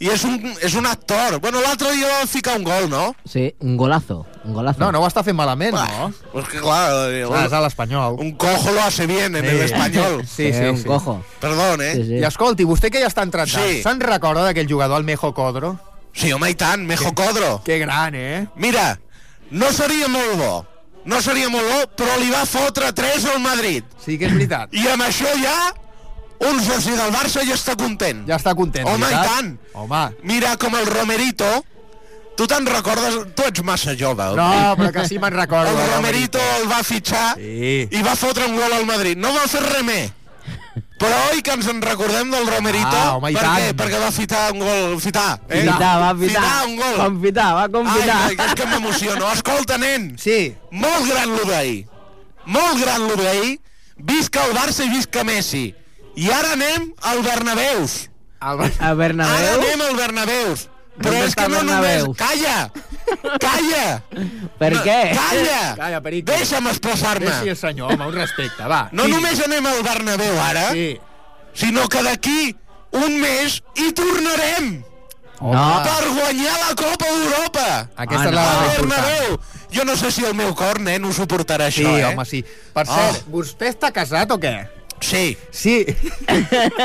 Speaker 5: I és un, és un actor. Bueno, l'altre dia van ficar un gol, no?
Speaker 2: Sí, un golazo. Un golazo.
Speaker 3: No, no ho està fent malament, no?
Speaker 5: Pues que, clar, eh,
Speaker 3: Clar, és
Speaker 5: un,
Speaker 3: a l'Espanyol.
Speaker 5: un cojo lo hace bien en el espanyol.
Speaker 3: Sí, sí,
Speaker 2: Eh, un
Speaker 3: sí.
Speaker 2: cojo.
Speaker 5: Perdón, eh?
Speaker 2: Sí, sí.
Speaker 3: I escolti, vostè que ja està entrat
Speaker 5: Sí.
Speaker 3: sí. se'n recorda d'aquell jugador, el Mejo Codro?
Speaker 5: Sí, home, i tant, Mejo Codro.
Speaker 3: Que gran, eh?
Speaker 5: Mira, no seria molt bo, no seria molt bo, però li va fotre 3 al Madrid.
Speaker 3: Sí que és veritat.
Speaker 5: I amb això ja, un soci del Barça ja està content.
Speaker 3: Ja està content,
Speaker 5: Home,
Speaker 3: veritat?
Speaker 5: i tant.
Speaker 3: Home,
Speaker 5: Mira, com el Romerito, tu te'n recordes... Tu ets massa jove. home.
Speaker 3: no, però que sí me'n recordo.
Speaker 5: El
Speaker 3: del
Speaker 5: Romerito el va fitxar
Speaker 3: Sí.
Speaker 5: i va fotre un gol al Madrid. No va fer res més. Però oi que ens en recordem del Romerito?
Speaker 3: Ah, home, i
Speaker 5: per
Speaker 3: tant.
Speaker 5: què? Perquè va fitar un gol, fitar. Eh?
Speaker 2: Fitar, va a fitar.
Speaker 5: Fitar un gol.
Speaker 2: Con fitar, va con
Speaker 5: Ai,
Speaker 2: fitar.
Speaker 5: ai, és que m'emociono. Escolta, nen,
Speaker 3: Sí,
Speaker 5: molt gran lo d'ahir. Molt gran lo d'ahir. Visca el Barça i visca Messi. I ara anem al Bernabeus.
Speaker 3: el...
Speaker 5: Ah,
Speaker 2: A
Speaker 5: Ara
Speaker 2: Bernabéu.
Speaker 5: anem al Bernabeus. Però
Speaker 2: D'on
Speaker 5: és
Speaker 2: està
Speaker 5: que no només...
Speaker 2: Bernabéu?
Speaker 5: Calla! Calla!
Speaker 2: Per
Speaker 5: No,
Speaker 2: què?
Speaker 5: Calla!
Speaker 3: Calla, perico.
Speaker 5: Deixa'm
Speaker 3: Sí,
Speaker 5: expressar-me.
Speaker 3: senyor, home, un respecte, va.
Speaker 5: No només eh? anem al Bernabéu ara,
Speaker 3: Sí.
Speaker 5: sinó que d'aquí un mes hi tornarem
Speaker 2: No.
Speaker 5: per guanyar la Copa d'Europa.
Speaker 3: Ah.
Speaker 2: Ah,
Speaker 3: Aquesta és
Speaker 2: no.
Speaker 3: la
Speaker 5: Al
Speaker 3: dada important.
Speaker 5: Bernabéu! Jo no sé si el meu cor, nen, ho suportarà
Speaker 3: Sí,
Speaker 5: això, eh?
Speaker 3: home, sí. Per
Speaker 5: Ah.
Speaker 3: cert, vostè està casat o què?
Speaker 5: Sí.
Speaker 3: Sí.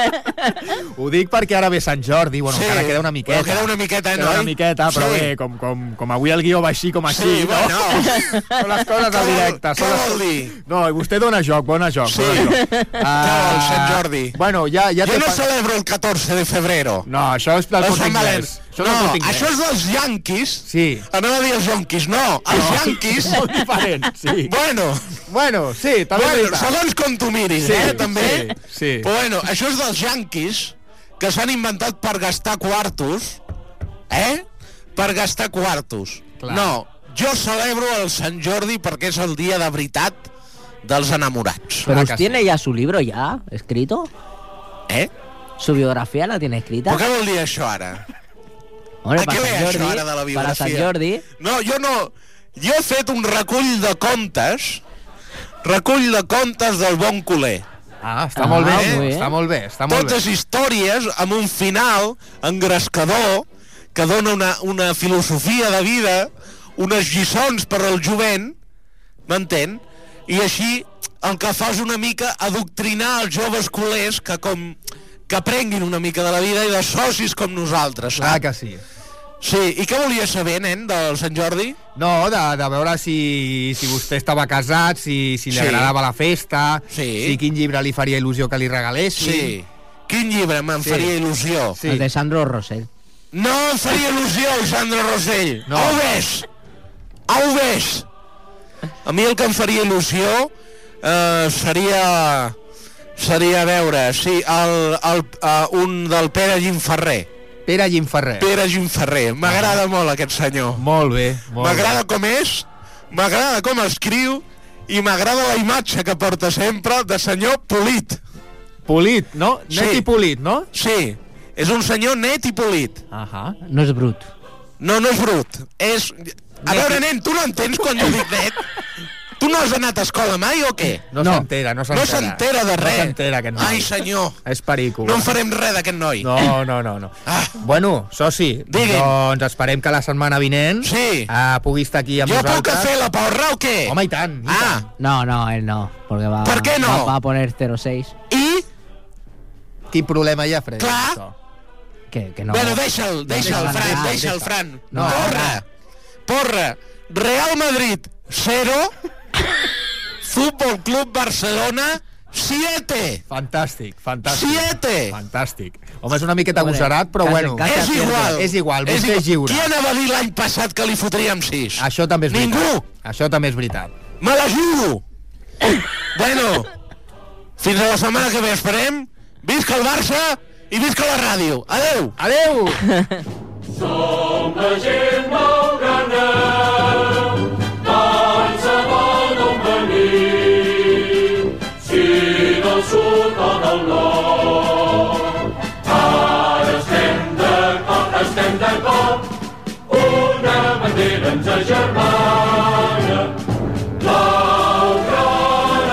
Speaker 3: Ho dic perquè ara ve Sant Jordi, bueno,
Speaker 5: Sí,
Speaker 3: encara queda una miqueta.
Speaker 5: però queda una miqueta,
Speaker 3: Queda
Speaker 5: no,
Speaker 3: una
Speaker 5: eh?
Speaker 3: miqueta, però
Speaker 5: Sí.
Speaker 3: bé, com, com, com avui el guió va així com així,
Speaker 5: Sí,
Speaker 3: no?
Speaker 5: bueno.
Speaker 3: Són les coses
Speaker 5: Què
Speaker 3: del
Speaker 5: vol-
Speaker 3: directe.
Speaker 5: què
Speaker 3: Són les...
Speaker 5: vol
Speaker 3: coses-
Speaker 5: dir?
Speaker 3: No, i vostè dona joc, bona joc.
Speaker 5: Sí.
Speaker 3: Dona joc. Ah,
Speaker 5: vol, Sant Jordi?
Speaker 3: Bueno, ja, ja
Speaker 5: Jo
Speaker 3: té
Speaker 5: no
Speaker 3: pa-
Speaker 5: celebro el 14 de febrero.
Speaker 3: No, això és del
Speaker 5: El
Speaker 3: Corte
Speaker 5: Sant Valent.
Speaker 3: Inglés. Això
Speaker 5: No,
Speaker 3: és del Corte Inglés.
Speaker 5: això és dels yanquis.
Speaker 3: Sí.
Speaker 5: Anava a dir els yanquis, no. Els yanquis...
Speaker 3: Molt diferent, sí.
Speaker 5: Bueno,
Speaker 3: Bueno, sí, també és
Speaker 5: bueno,
Speaker 3: veritat.
Speaker 5: segons com tu miris,
Speaker 3: Sí,
Speaker 5: eh, també.
Speaker 3: sí, sí.
Speaker 5: Però bueno, això és dels yanquis que s'han inventat per gastar quartos, eh? Per gastar quartos.
Speaker 3: Clar.
Speaker 5: No, jo celebro el Sant Jordi perquè és el dia de veritat dels enamorats.
Speaker 2: Pero
Speaker 3: Ah,
Speaker 2: usted
Speaker 3: casi.
Speaker 2: tiene ya su libro ya escrito.
Speaker 5: Eh?
Speaker 2: Su biografía la tiene escrita.
Speaker 5: Però què vol dir això ara?
Speaker 2: Hombre,
Speaker 5: ¿A qué
Speaker 2: para,
Speaker 5: ve
Speaker 2: San
Speaker 5: eso
Speaker 2: Jordi,
Speaker 5: ahora de la
Speaker 2: para San
Speaker 5: biografía?
Speaker 2: Jordi.
Speaker 5: No, jo no... Jo he fet un recull de comptes recull de contes del bon culer.
Speaker 3: Ah, està
Speaker 2: Ah,
Speaker 3: molt bé,
Speaker 2: molt bé.
Speaker 3: està molt bé, està Ah, molt bé.
Speaker 5: Totes històries amb un final engrescador que dona una, una filosofia de vida, unes lliçons per al jovent, m'entén? I així el que fa és una mica adoctrinar els joves culers que com que aprenguin una mica de la vida i de socis com nosaltres,
Speaker 3: Ah,
Speaker 5: saps?
Speaker 3: que sí.
Speaker 5: Sí, i què volia saber, nen, del Sant Jordi?
Speaker 3: No, de, de veure si, si vostè estava casat, si, si li
Speaker 5: Sí.
Speaker 3: agradava la festa,
Speaker 5: Sí.
Speaker 3: si quin llibre li faria il·lusió que li
Speaker 5: Sí.
Speaker 3: regalessin.
Speaker 5: Quin llibre me'n
Speaker 3: Sí.
Speaker 5: faria il·lusió?
Speaker 3: Sí.
Speaker 2: El de Sandro Rosell.
Speaker 5: No em faria il·lusió, Sandro Rosell.
Speaker 3: No.
Speaker 5: No. Au ves! Au ves! A mi el que em faria il·lusió eh, seria... Seria a veure, sí, el, el, uh, un del Pere Gimferrer.
Speaker 3: Pere Gimferrer.
Speaker 5: Pere Gimferrer. M'agrada molt aquest senyor.
Speaker 3: Molt bé, molt bé.
Speaker 5: M'agrada com és, m'agrada com escriu i m'agrada la imatge que porta sempre de senyor polit.
Speaker 3: Polit, no? Net
Speaker 5: Sí.
Speaker 3: i polit, no?
Speaker 5: Sí, és un senyor net i polit.
Speaker 3: Ahà.
Speaker 2: No és brut.
Speaker 5: No, no és brut. És... A veure, nen, tu no entens quan jo dic net? Tu no has anat a escola mai o què?
Speaker 3: No,
Speaker 2: No.
Speaker 3: s'entera, no s'entera.
Speaker 5: No s'entera de res.
Speaker 3: No s'entera aquest noi.
Speaker 5: Ai, senyor,
Speaker 3: És perico.
Speaker 5: no en farem res d'aquest noi.
Speaker 3: No, no, no, no.
Speaker 5: Ah.
Speaker 3: Bueno, soci,
Speaker 5: Digui'm.
Speaker 3: doncs esperem que la setmana vinent
Speaker 5: Sí.
Speaker 3: eh, pugui estar aquí amb
Speaker 5: Jo puc
Speaker 3: nosaltres.
Speaker 5: fer la porra o què?
Speaker 3: Home, i tant. I
Speaker 5: Ah,
Speaker 3: tant.
Speaker 2: No, no, él no. Porque va,
Speaker 5: ¿Por qué no?
Speaker 2: Va, va a poner 06.
Speaker 5: i...
Speaker 3: Quin problema hi ha, Fred?
Speaker 5: Clar.
Speaker 3: Això?
Speaker 2: Que, que no.
Speaker 5: No. Bueno, deixa'l, deixa'l,
Speaker 2: Deixa'l,
Speaker 5: Fran,
Speaker 2: deixa'l,
Speaker 3: deixa'l.
Speaker 5: deixa'l, Fran.
Speaker 2: No,
Speaker 5: porra, porra. Real Madrid, 0. Fútbol Club Barcelona, 7.
Speaker 3: Fantàstic, fantàstic.
Speaker 5: Siete.
Speaker 3: Fantàstic. Home, és una miqueta
Speaker 2: Hombre,
Speaker 3: agosarat, però
Speaker 2: que-
Speaker 3: bueno.
Speaker 2: que-
Speaker 5: És igual.
Speaker 3: És igual, vostè és lliure.
Speaker 5: Qui anava a dir l'any passat que li fotríem 6?
Speaker 3: Això també és veritat.
Speaker 5: Ningú.
Speaker 3: Això també és veritat.
Speaker 5: Me la jugo! bueno, fins a la setmana que ve, esperem. Visca el Barça i visca la ràdio. Adeu!
Speaker 3: Adeu!
Speaker 6: Som la gent del graner, d'any se van on venir. Si del sud o del nord, ara estem d'acord, estem d'acord. Una bandera ens agermana, l'altra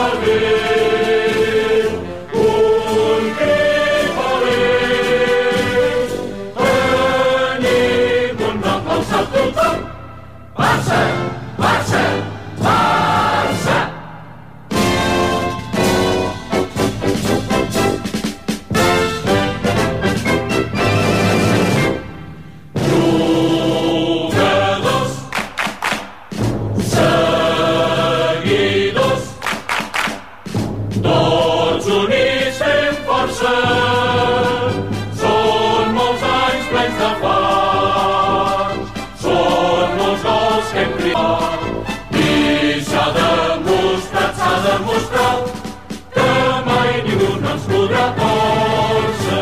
Speaker 6: al vent. Un crit valent Tenim un nom alçat tothom. Barça, Barça, Barça! Jugadors, seguidors, tots units fem força. Són molts anys plens de fans, són molts gols que hem cridat. I s'ha demostrat, s'ha demostrat, que mai ningú no ens podrà força.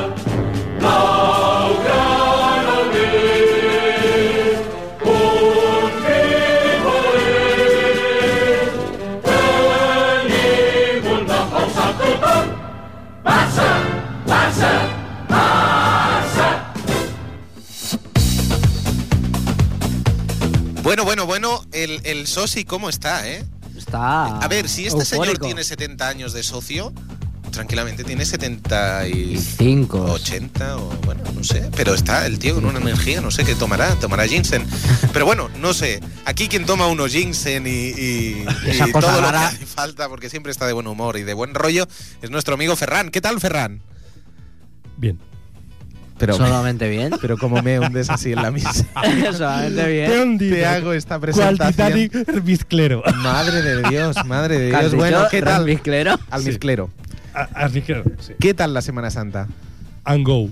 Speaker 6: Blau gran al vent, un crit valent. Tenim un defensa total. Barça, Barça, Barça!
Speaker 7: Bueno, bueno, bueno, el, el Sosi, ¿cómo está, eh?
Speaker 2: Está.
Speaker 7: A ver, si este señor
Speaker 2: eufórico.
Speaker 7: tiene 70 años de socio, tranquilamente tiene 70 y...
Speaker 2: Y cinco.
Speaker 7: 80 o bueno, no sé, pero está el tío con una energía, no sé qué tomará, tomará ginseng. Pero bueno, no sé, aquí quien toma uno ginseng y, y-
Speaker 2: Y esa
Speaker 7: y
Speaker 2: cosa
Speaker 7: todo lo que
Speaker 2: rara.
Speaker 7: hace falta, porque siempre está de buen humor y de buen rollo, es nuestro amigo Ferran. ¿Qué tal, Ferran?
Speaker 4: Bien.
Speaker 1: Pero,
Speaker 2: Solamente bien.
Speaker 1: pero como me hundes así en la misa.
Speaker 2: Solamente bien.
Speaker 1: Te hago esta presentación.
Speaker 8: Bisclero.
Speaker 1: Madre de Dios, madre de
Speaker 2: ¿Qué has
Speaker 1: Dios. Bueno,
Speaker 2: dicho?
Speaker 1: ¿qué tal? Ah,
Speaker 2: Rambisclero.
Speaker 1: Al misclero.
Speaker 8: Así que, ah, sí.
Speaker 1: ¿Qué tal la Semana Santa?
Speaker 8: And go.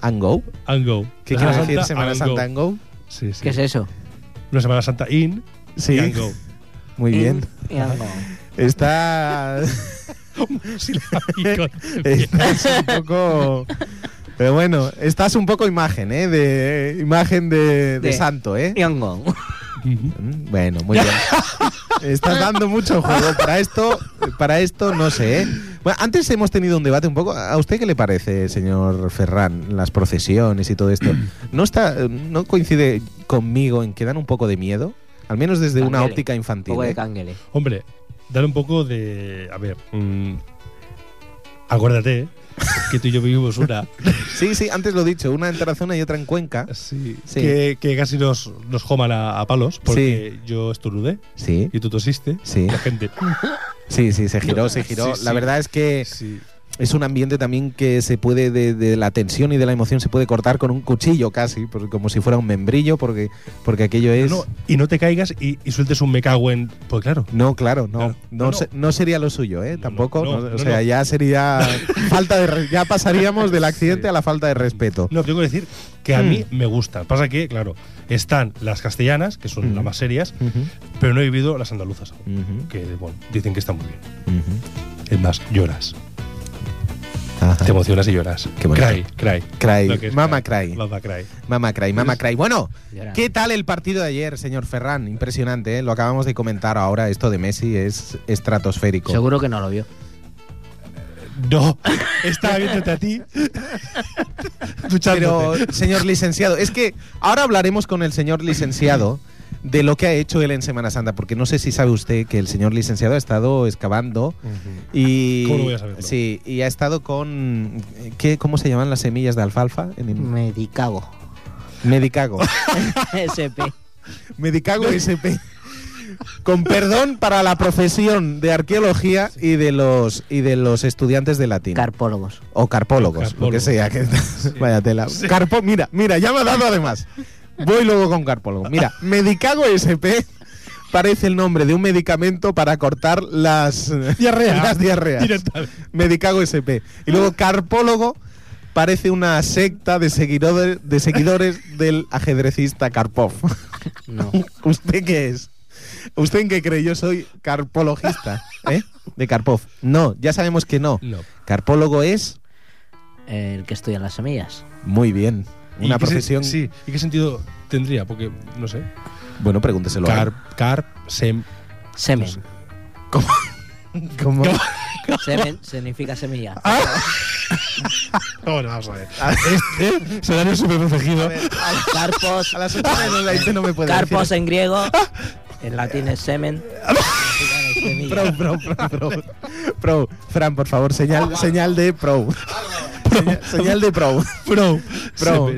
Speaker 1: ¿And go?
Speaker 8: And go.
Speaker 1: ¿Qué
Speaker 8: Semana
Speaker 1: quiere decir
Speaker 8: Santa,
Speaker 1: Semana
Speaker 8: and
Speaker 1: Santa
Speaker 8: go.
Speaker 1: and go?
Speaker 8: Sí, sí.
Speaker 2: ¿Qué es eso?
Speaker 8: Una Semana Santa in y and go.
Speaker 1: Muy bien.
Speaker 2: Y algo.
Speaker 1: Está. eh,
Speaker 8: Silábico.
Speaker 1: estás un poco. Pero bueno, estás un poco imagen, ¿eh? De, imagen de, de
Speaker 2: De-
Speaker 1: santo, ¿eh?
Speaker 2: Y algo.
Speaker 1: Mm, Bueno, muy bien. Estás dando mucho juego. Para esto, para esto no sé. ¿eh? Bueno, antes hemos tenido un debate un poco. ¿A usted qué le parece, señor Ferran, las procesiones y todo esto? ¿No, está, no coincide conmigo en que dan un poco de miedo? Al menos desde una
Speaker 2: Daniel,
Speaker 1: óptica
Speaker 2: Un
Speaker 1: infantil.
Speaker 2: poco de
Speaker 1: ¿eh?
Speaker 2: canguele.
Speaker 8: Hombre, dar un poco de. A ver. mm, acuérdate que tú y yo vivimos una.
Speaker 1: Sí, sí, antes lo he dicho, una en Tarazona y otra en Cuenca.
Speaker 8: sí,
Speaker 1: Sí.
Speaker 8: Que, que casi nos, nos joman a, a palos porque yo estornudé
Speaker 1: Sí,
Speaker 8: y tú tosiste.
Speaker 1: Sí.
Speaker 8: La gente.
Speaker 1: sí, sí, se giró, se giró.
Speaker 8: Sí,
Speaker 1: La
Speaker 8: sí.
Speaker 1: verdad es que
Speaker 8: Sí.
Speaker 1: es un ambiente también que se puede, de, de la tensión y de la emoción, se puede cortar con un cuchillo casi, por- como si fuera un membrillo, porque, porque aquello es...
Speaker 8: No, y no te caigas y, y sueltes un me cago en. Pues claro.
Speaker 1: No, claro, no.
Speaker 8: Claro.
Speaker 1: No,
Speaker 8: No,
Speaker 1: se- no sería lo suyo, ¿eh?
Speaker 8: No,
Speaker 1: Tampoco.
Speaker 8: no,
Speaker 1: no,
Speaker 8: no,
Speaker 1: o sea,
Speaker 8: no.
Speaker 1: ya sería falta de re- ya pasaríamos del accidente a la falta de respeto.
Speaker 8: No, tengo que decir que a
Speaker 1: Mm.
Speaker 8: mí me gustan. Pasa que, claro, están las castellanas, que son
Speaker 1: Mm.
Speaker 8: las más serias,
Speaker 1: Ujú,
Speaker 8: pero no he vivido las andaluzas aún.
Speaker 1: ujú,
Speaker 8: Que, bueno, dicen que están muy bien.
Speaker 1: ujú.
Speaker 8: Es más, lloras.
Speaker 1: Ajá.
Speaker 8: Te emocionas y lloras.
Speaker 1: Ah. Qué bonito.
Speaker 8: Cry, cry.
Speaker 1: Cry.
Speaker 8: Lo que es
Speaker 1: Mama cry.
Speaker 8: Mama cry.
Speaker 1: Mama Cry,
Speaker 8: Pues,
Speaker 1: Mama Cry. Bueno,
Speaker 2: Llorando.
Speaker 1: ¿qué tal el partido de ayer, señor Ferran? Impresionante, ¿eh? Lo acabamos de comentar ahora. Esto de Messi es estratosférico.
Speaker 2: Seguro que no lo vio.
Speaker 8: No, estaba viéndote a ti.
Speaker 1: Pero,
Speaker 8: Duchándote.
Speaker 1: señor licenciado, es que ahora hablaremos con el señor licenciado de lo que ha hecho él en Semana Santa, porque no sé si sabe usted que el señor licenciado ha estado excavando y
Speaker 8: ¿Cómo no voy a saberlo?
Speaker 1: sí, y ha estado con ¿qué, cómo se llaman las semillas de alfalfa? En-
Speaker 2: Medicago.
Speaker 1: Medicago.
Speaker 2: SP.
Speaker 1: Medicago SP. Con perdón para la profesión de arqueología y de los y de los estudiantes de latín.
Speaker 2: Carpólogos.
Speaker 1: O carpólogos,
Speaker 8: Carpólogos.
Speaker 1: lo que sea. que- Vaya tela. Carpo- mira, mira, ya me ha dado además. Voy luego con carpólogo. Mira, Medicago SP parece el nombre de un medicamento para cortar las,
Speaker 8: Diarrea.
Speaker 1: las diarreas.
Speaker 8: Directamente.
Speaker 1: Medicago SP. Y luego carpólogo parece una secta de seguidores, de seguidores del ajedrecista Karpov.
Speaker 2: No.
Speaker 1: ¿Usted qué es? ¿Usted en qué cree? Yo soy carpologista, ¿eh? De Karpov. No, ya sabemos que no.
Speaker 8: No.
Speaker 1: Carpólogo es
Speaker 2: El que estudia las semillas.
Speaker 1: Muy bien.
Speaker 8: ¿Y
Speaker 1: Una
Speaker 8: qué se-
Speaker 1: profesión.
Speaker 8: sí. ¿Y qué sentido tendría? Porque, no sé.
Speaker 1: Bueno, pregúnteselo. a él.
Speaker 8: Carp, carp, sem.
Speaker 2: Semen.
Speaker 1: ¿Cómo?
Speaker 2: Semen significa semilla.
Speaker 8: No, no, vamos a ver. Este salario súper protegido.
Speaker 2: Carpos.
Speaker 1: A las ocho de la noche no me puede
Speaker 2: Carpos
Speaker 1: decir. Ah.
Speaker 2: en griego. En latín es semen. significa semilla.
Speaker 1: Pro, pro, pro, pro. Pro. Fran, por favor, señal, señal de pro. Señal, señal de pro.
Speaker 8: Pro.
Speaker 1: Pro.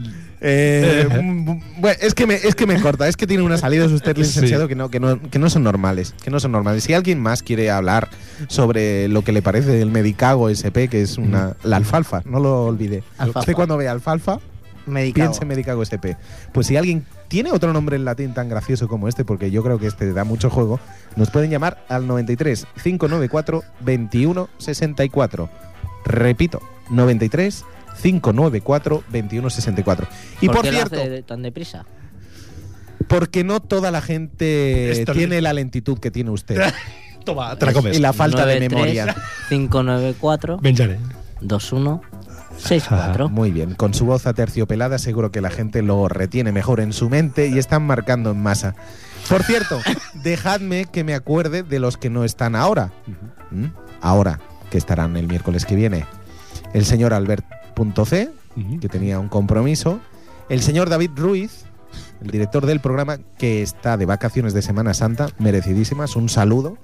Speaker 1: Eh, mm, bueno, es que me, es que me corta, es que tiene unas salidas usted licenciado
Speaker 8: Sí.
Speaker 1: que no, que no, que no son normales, que no son normales. Si alguien más quiere hablar sobre lo que le parece el Medicago SP, que es una la alfalfa, no lo olvide.
Speaker 2: Alfalfa.
Speaker 1: Usted cuando ve alfalfa,
Speaker 2: Medicago.
Speaker 1: Piense en Medicago SP. Pues si alguien tiene otro nombre en latín tan gracioso como este, porque yo creo que este da mucho juego, nos pueden llamar al 93 594 2164. Repito, 93 594 2164. Y por,
Speaker 2: qué lo
Speaker 1: cierto,
Speaker 2: hace de- tan deprisa?
Speaker 1: porque no toda la gente
Speaker 8: Está bien.
Speaker 1: tiene la lentitud que tiene usted
Speaker 8: Toma, te la
Speaker 1: y
Speaker 8: comes.
Speaker 1: la falta de
Speaker 2: 93,
Speaker 1: memoria.
Speaker 2: 594
Speaker 8: Benjare.
Speaker 2: 21 64.
Speaker 1: Ah, Muy bien, con su voz aterciopelada seguro que la gente lo retiene mejor en su mente y están marcando en masa. Por cierto, dejadme que me acuerde de los que no están ahora. ¿Mm? Ahora, que estarán el miércoles que viene. El señor Albert.c, que tenía un compromiso. El señor David Ruiz, el director del programa, que está de vacaciones de Semana Santa, merecidísimas. Un saludo.